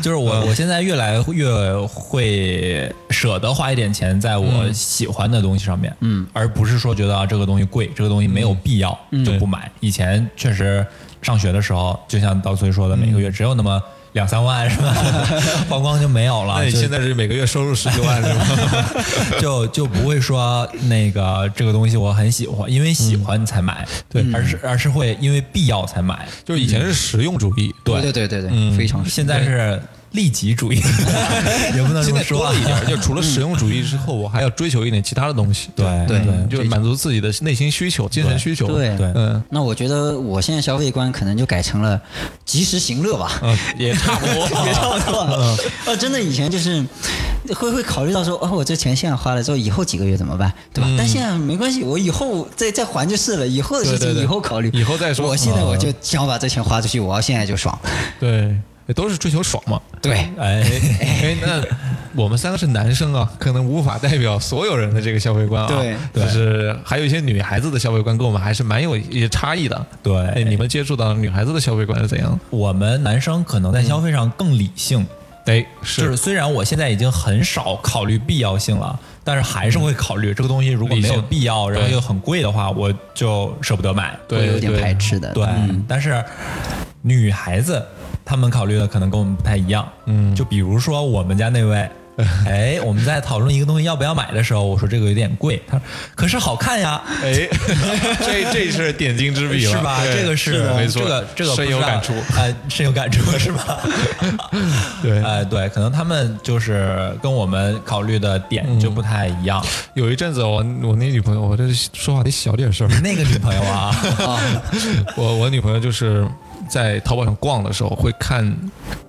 Speaker 1: 就是
Speaker 3: 嗯
Speaker 1: 我我现在越来越会舍得花一点钱在我
Speaker 3: 嗯
Speaker 1: 喜欢的东西上面，嗯，而不是说觉得啊这个东西贵，这个东西没
Speaker 3: 嗯
Speaker 1: 有必要、就不买。以前确实上学的时候，就像刀崔说的，每个
Speaker 3: 嗯
Speaker 1: 月只有那么。两三万是吧？ *laughs* 花光就没有了。
Speaker 3: 那你
Speaker 1: 就
Speaker 3: 现在是每个月收入十几万是吗？ *laughs*
Speaker 1: 就就不会说那个这个东西我很喜欢，因为喜
Speaker 3: 嗯
Speaker 1: 欢才买，对，而是而是会因为必要才买。
Speaker 3: 就是以前是实用主义，
Speaker 1: 对
Speaker 2: 对对对对，非常
Speaker 1: 现在是利己主义，
Speaker 3: *laughs*
Speaker 1: 也不能这
Speaker 3: 现
Speaker 1: 么
Speaker 3: 在
Speaker 1: 说
Speaker 3: 多
Speaker 1: 啊
Speaker 3: 了一点儿，就除了实用主义之后，我还要追求一点其他的东西。
Speaker 1: 对
Speaker 2: 对
Speaker 1: 对
Speaker 3: 就是满足自己的内心需求、精神需求。
Speaker 2: 对
Speaker 1: 对
Speaker 3: 嗯，
Speaker 2: 那我觉得我现在消费观可能就改成了及时行乐吧，
Speaker 3: 嗯，也差不多。
Speaker 2: *laughs* 别跳错了。哦，真的，以前就是会会考虑到说，哦，我这钱现在花了之后，以后几个月怎么办，对吧？但现在没关系，我以后再再还就是了，以后的事
Speaker 3: 嗯对对
Speaker 2: 情
Speaker 3: 对
Speaker 2: 以后考虑，
Speaker 3: 以后再说
Speaker 2: 我现在
Speaker 3: 嗯
Speaker 2: 我就想把这钱花出去，我要现在就爽。
Speaker 3: 对，也都是追求爽嘛。
Speaker 2: 对，
Speaker 1: *laughs* 哎，
Speaker 3: 哎，那我们三个是男生啊，可能无法代表所有人的这个消费观啊。
Speaker 2: 对
Speaker 1: 对
Speaker 3: 就是还有一些女孩子的消费观跟我们还是蛮有一些差异的。
Speaker 1: 对
Speaker 3: 哎，你们接触到女孩子的消费观是怎样？
Speaker 1: 我们男生可能在消费上更理性，
Speaker 3: 哎，
Speaker 1: 就是虽然我现在已经很少考虑必要性了，但是还是会考虑这个东西如果没
Speaker 3: 理
Speaker 1: 有
Speaker 3: 性
Speaker 1: 必要，然后
Speaker 3: 对
Speaker 1: 又很贵的话，我就舍不得买。
Speaker 2: 我
Speaker 3: 对嗯
Speaker 2: 有点
Speaker 3: 对
Speaker 2: 排斥的。
Speaker 1: 对，但是女孩子她们考虑的可能跟我们不太一样。嗯，就比如说我们家那
Speaker 3: *laughs*
Speaker 1: 位。哎，我们在讨论一个东西要不要买的时候，我说这个有点贵，她说可是好看呀，
Speaker 3: 哎， *laughs* 这这是点睛之笔了，
Speaker 1: 是吧？
Speaker 3: 对
Speaker 1: 这个是哦
Speaker 3: 没错，
Speaker 1: 这个这个
Speaker 3: 深有感触。
Speaker 1: 哎、深有感触是吧？
Speaker 3: *laughs* 对
Speaker 1: 哎、对，可能他们就是跟我们考虑的点
Speaker 3: 嗯
Speaker 1: 就不太一样。
Speaker 3: 有一阵子我我那女朋友，我这说话得小
Speaker 1: *laughs*
Speaker 3: 点声儿。
Speaker 1: 那个女朋友
Speaker 3: *laughs*
Speaker 1: 啊，
Speaker 3: 我我女朋友就是在淘宝上逛的时候，会看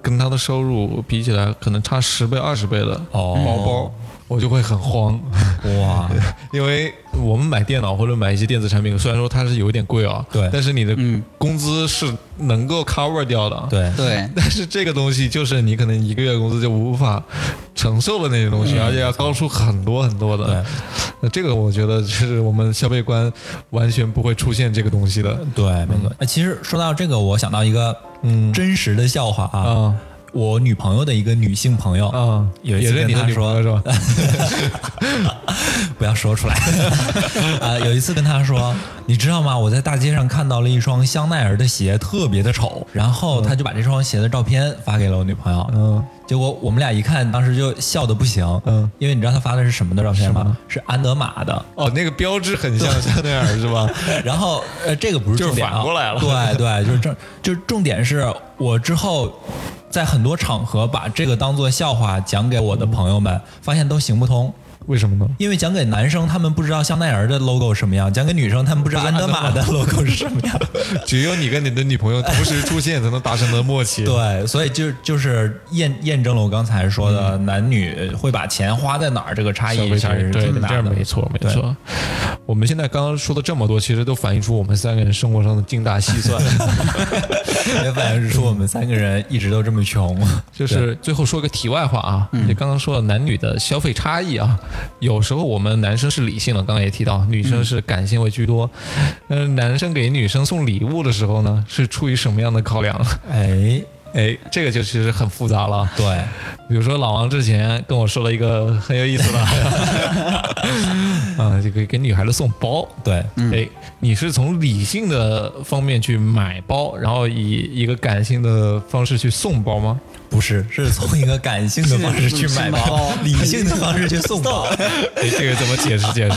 Speaker 3: 跟她的收入比起来，可能差十倍二十倍的
Speaker 1: 哦
Speaker 3: 包包，我就会很慌。 *laughs*
Speaker 1: 哇，
Speaker 3: 因为我们买电脑或者买一些电子产品，虽然说它是有一点贵啊，
Speaker 1: 对嗯
Speaker 3: 但是你的工资是能够 cover 掉的，。
Speaker 1: 对
Speaker 2: 对
Speaker 3: 但是这个东西就是你可能一个月工资就无法承受的那些东西，而且要高出很多很多的
Speaker 1: 嗯对。
Speaker 3: 那这个我觉得是我们消费观完全不会出现这个东西的。
Speaker 1: 对，没错。哎，其实说到这个，我想到一个
Speaker 3: 嗯
Speaker 1: 真实的笑话啊，
Speaker 3: 啊
Speaker 1: 我女朋友的一个女性朋友
Speaker 3: 啊，
Speaker 1: 有一
Speaker 3: 也
Speaker 1: 次
Speaker 3: 是
Speaker 1: 跟
Speaker 3: 你的
Speaker 1: 她
Speaker 3: 女朋友
Speaker 1: 说，
Speaker 3: 是吧？
Speaker 1: *laughs* 不要说出来啊、有一次跟她说，你知道吗？我在大街上看到了一双香奈儿的鞋，特别的丑。然后她就把这双鞋的照片发给了我女朋友。
Speaker 3: 嗯，
Speaker 1: 结果我们俩一看，当时就笑的不行。
Speaker 3: 嗯，
Speaker 1: 因为你知道她发的是什么的照片吗？是安德玛的。
Speaker 3: 哦，那个标志很
Speaker 1: *laughs*
Speaker 3: 像香奈儿是吧？
Speaker 1: 然后呃，这个不是
Speaker 3: 就是
Speaker 1: 重点啊，
Speaker 3: 反过来了
Speaker 1: 对对， *laughs* 就是正就是重点是我之后在很多场合把这个当做笑话讲给我的朋友们，发现都行不通。
Speaker 3: 为什么呢？ *laughs*
Speaker 1: 因为讲给男生，他们不知道香奈儿的 logo 什么样；讲给女生，他们不知道安德玛的 logo 是什么样。
Speaker 3: 只有你跟你的女朋友同时出现，才能达成的默契。
Speaker 1: 对，所以就就是验验证了我刚才说的，男女会把钱花在哪儿这个差异
Speaker 3: 消费
Speaker 1: 其
Speaker 3: 差
Speaker 1: 实
Speaker 3: 异
Speaker 1: 是
Speaker 3: 对，
Speaker 1: 挺
Speaker 3: 这
Speaker 1: 大的。
Speaker 3: 没错没
Speaker 1: 对
Speaker 3: 错。我们现在刚刚说的这么多，其实都反映出我们三个人生活上的精打
Speaker 1: *laughs*
Speaker 3: 细算。
Speaker 1: 也反映出我们三个人一直都这么穷。嗯
Speaker 3: 就是最后说个题外话啊，你刚刚说了男女的消费差异啊，有时候我们男生是理性的，刚刚也提到，女
Speaker 1: 嗯
Speaker 3: 生是感性为居多。但是男生给女生送礼物的时候呢，是出于什么样的考量？
Speaker 1: 哎，
Speaker 3: *laughs* 哎，这个就其实很复杂了。啊
Speaker 1: 对，
Speaker 3: 比如说老王之前跟我说了一个很有意思的， *laughs* 啊，就给给女孩子送包。
Speaker 1: 对，
Speaker 3: 哎，你是从理性的方面去买包，然后以一个感性的方式去送包吗？
Speaker 1: 不是，是从一个感性的方式去买
Speaker 2: 是是买
Speaker 1: 包
Speaker 2: 包，
Speaker 1: 理性的方式去送包。
Speaker 3: 哎，这个怎么解释解
Speaker 1: *laughs*
Speaker 3: 释？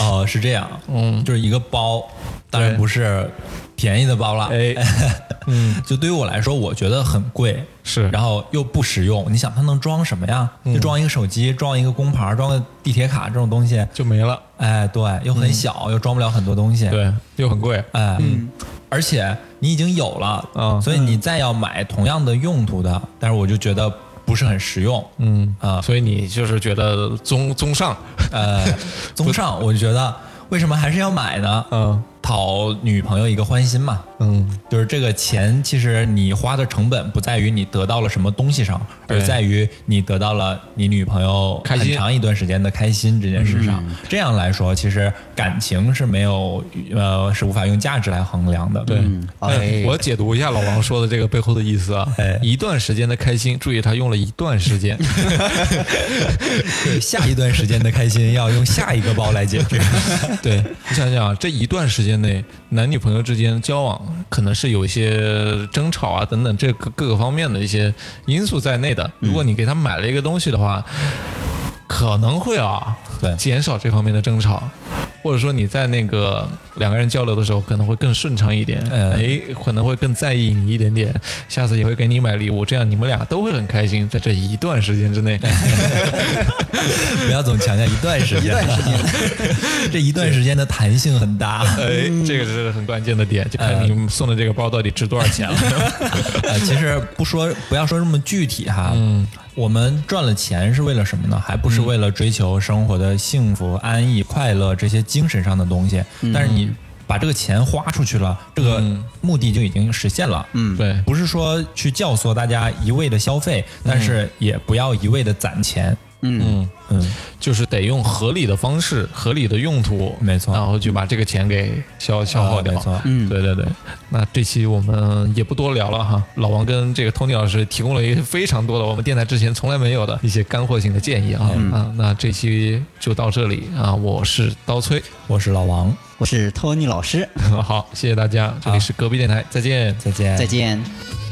Speaker 1: 哦，是这样，嗯，就是一个包，当然
Speaker 3: 对
Speaker 1: 不是便宜的包了，
Speaker 3: 哎，
Speaker 1: *laughs* 就对于我来说，我觉得很贵，
Speaker 3: 是嗯
Speaker 1: 然后又不实用。你想，它能装什么呀？就装一个手机，装一个工牌，装个地铁卡这种东西，
Speaker 3: 就没了。
Speaker 1: 哎，对，又很小，又装不了很多东西，，
Speaker 3: 嗯对，又很贵。
Speaker 1: 哎，而且你已经有了，
Speaker 3: 嗯
Speaker 1: 所以你再要买同样的用途的，但是我就觉得不是很实用，
Speaker 3: 嗯
Speaker 1: 啊
Speaker 3: 所以你就是觉得综综上，
Speaker 1: 呃，综上，我就觉得为什么还是要买呢？
Speaker 3: 嗯
Speaker 1: 讨女朋友一个欢心嘛，
Speaker 3: 嗯，
Speaker 1: 就是这个钱，其实你花的成本不在于你得到了什么东西上，
Speaker 3: 对
Speaker 1: 而在于你得到了你女朋友
Speaker 3: 开心嗯
Speaker 1: 很长一段时间的开心这件事上。这样来说，其实感情是没有呃是无法用价值来衡量的。
Speaker 3: 对。
Speaker 2: 嗯哎
Speaker 3: 那我解读一下老王说的这个背后的意思啊
Speaker 1: 哎，
Speaker 3: 一段时间的开心，注意他用了一段时间，
Speaker 1: 对，下一段时间的开心要用下一个包来解决。
Speaker 3: *laughs* 对 *laughs* 你想想啊，这一段时间内，男女朋友之间交往可能是有一些争吵啊等等这各各个方面的一些因素在内的。
Speaker 1: 嗯
Speaker 3: 如果你给他买了一个东西的话，可能会啊，
Speaker 1: 对
Speaker 3: 减少这方面的争吵，或者说你在那个两个人交流的时候可能会更顺畅一点，
Speaker 1: 嗯
Speaker 3: 哎，可能会更在意你一点点，下次也会给你买礼物，这样你们俩都会很开心，在这一段时间之
Speaker 1: *laughs*
Speaker 3: 内。
Speaker 1: 不要总强调一段时间，一段时间， *laughs* 这一段时间的弹性很大。
Speaker 3: 哎，这个是很关键的点，就看
Speaker 1: 嗯
Speaker 3: 你们送的这个包到底值多少钱了。
Speaker 1: *laughs* 呃，其实不说，不要说这么具体哈。嗯，我们赚了钱是为了什么呢？还不
Speaker 3: 嗯
Speaker 1: 是为了追求生活的幸福、安逸、快乐这些精神上的东西。
Speaker 3: 嗯
Speaker 1: 但是你把这个钱花出去了，这个目的就已经实现了。嗯，
Speaker 3: 对，
Speaker 1: 不是说去教唆大家一味的消费，但是也不要一味的攒钱。
Speaker 3: 嗯，
Speaker 1: 嗯，
Speaker 3: 就是得用合理的方式、合理的用途，
Speaker 1: 没错
Speaker 3: 然后就把这个钱给消消耗掉。
Speaker 1: 啊没错
Speaker 3: 嗯，对对对。那这期我们也不多聊了哈，老王跟这个 Tony 老师提供了一个非常多的我们电台之前从来没有的一些干货性的建议啊、
Speaker 1: 嗯
Speaker 3: 啊。那这期就到这里啊，我是刀崔， *laughs*
Speaker 1: 我是老王，
Speaker 2: 我是托尼老师，
Speaker 3: 哎好，谢谢大家，这里是隔壁电台，再见。
Speaker 1: 再见，
Speaker 2: 再见。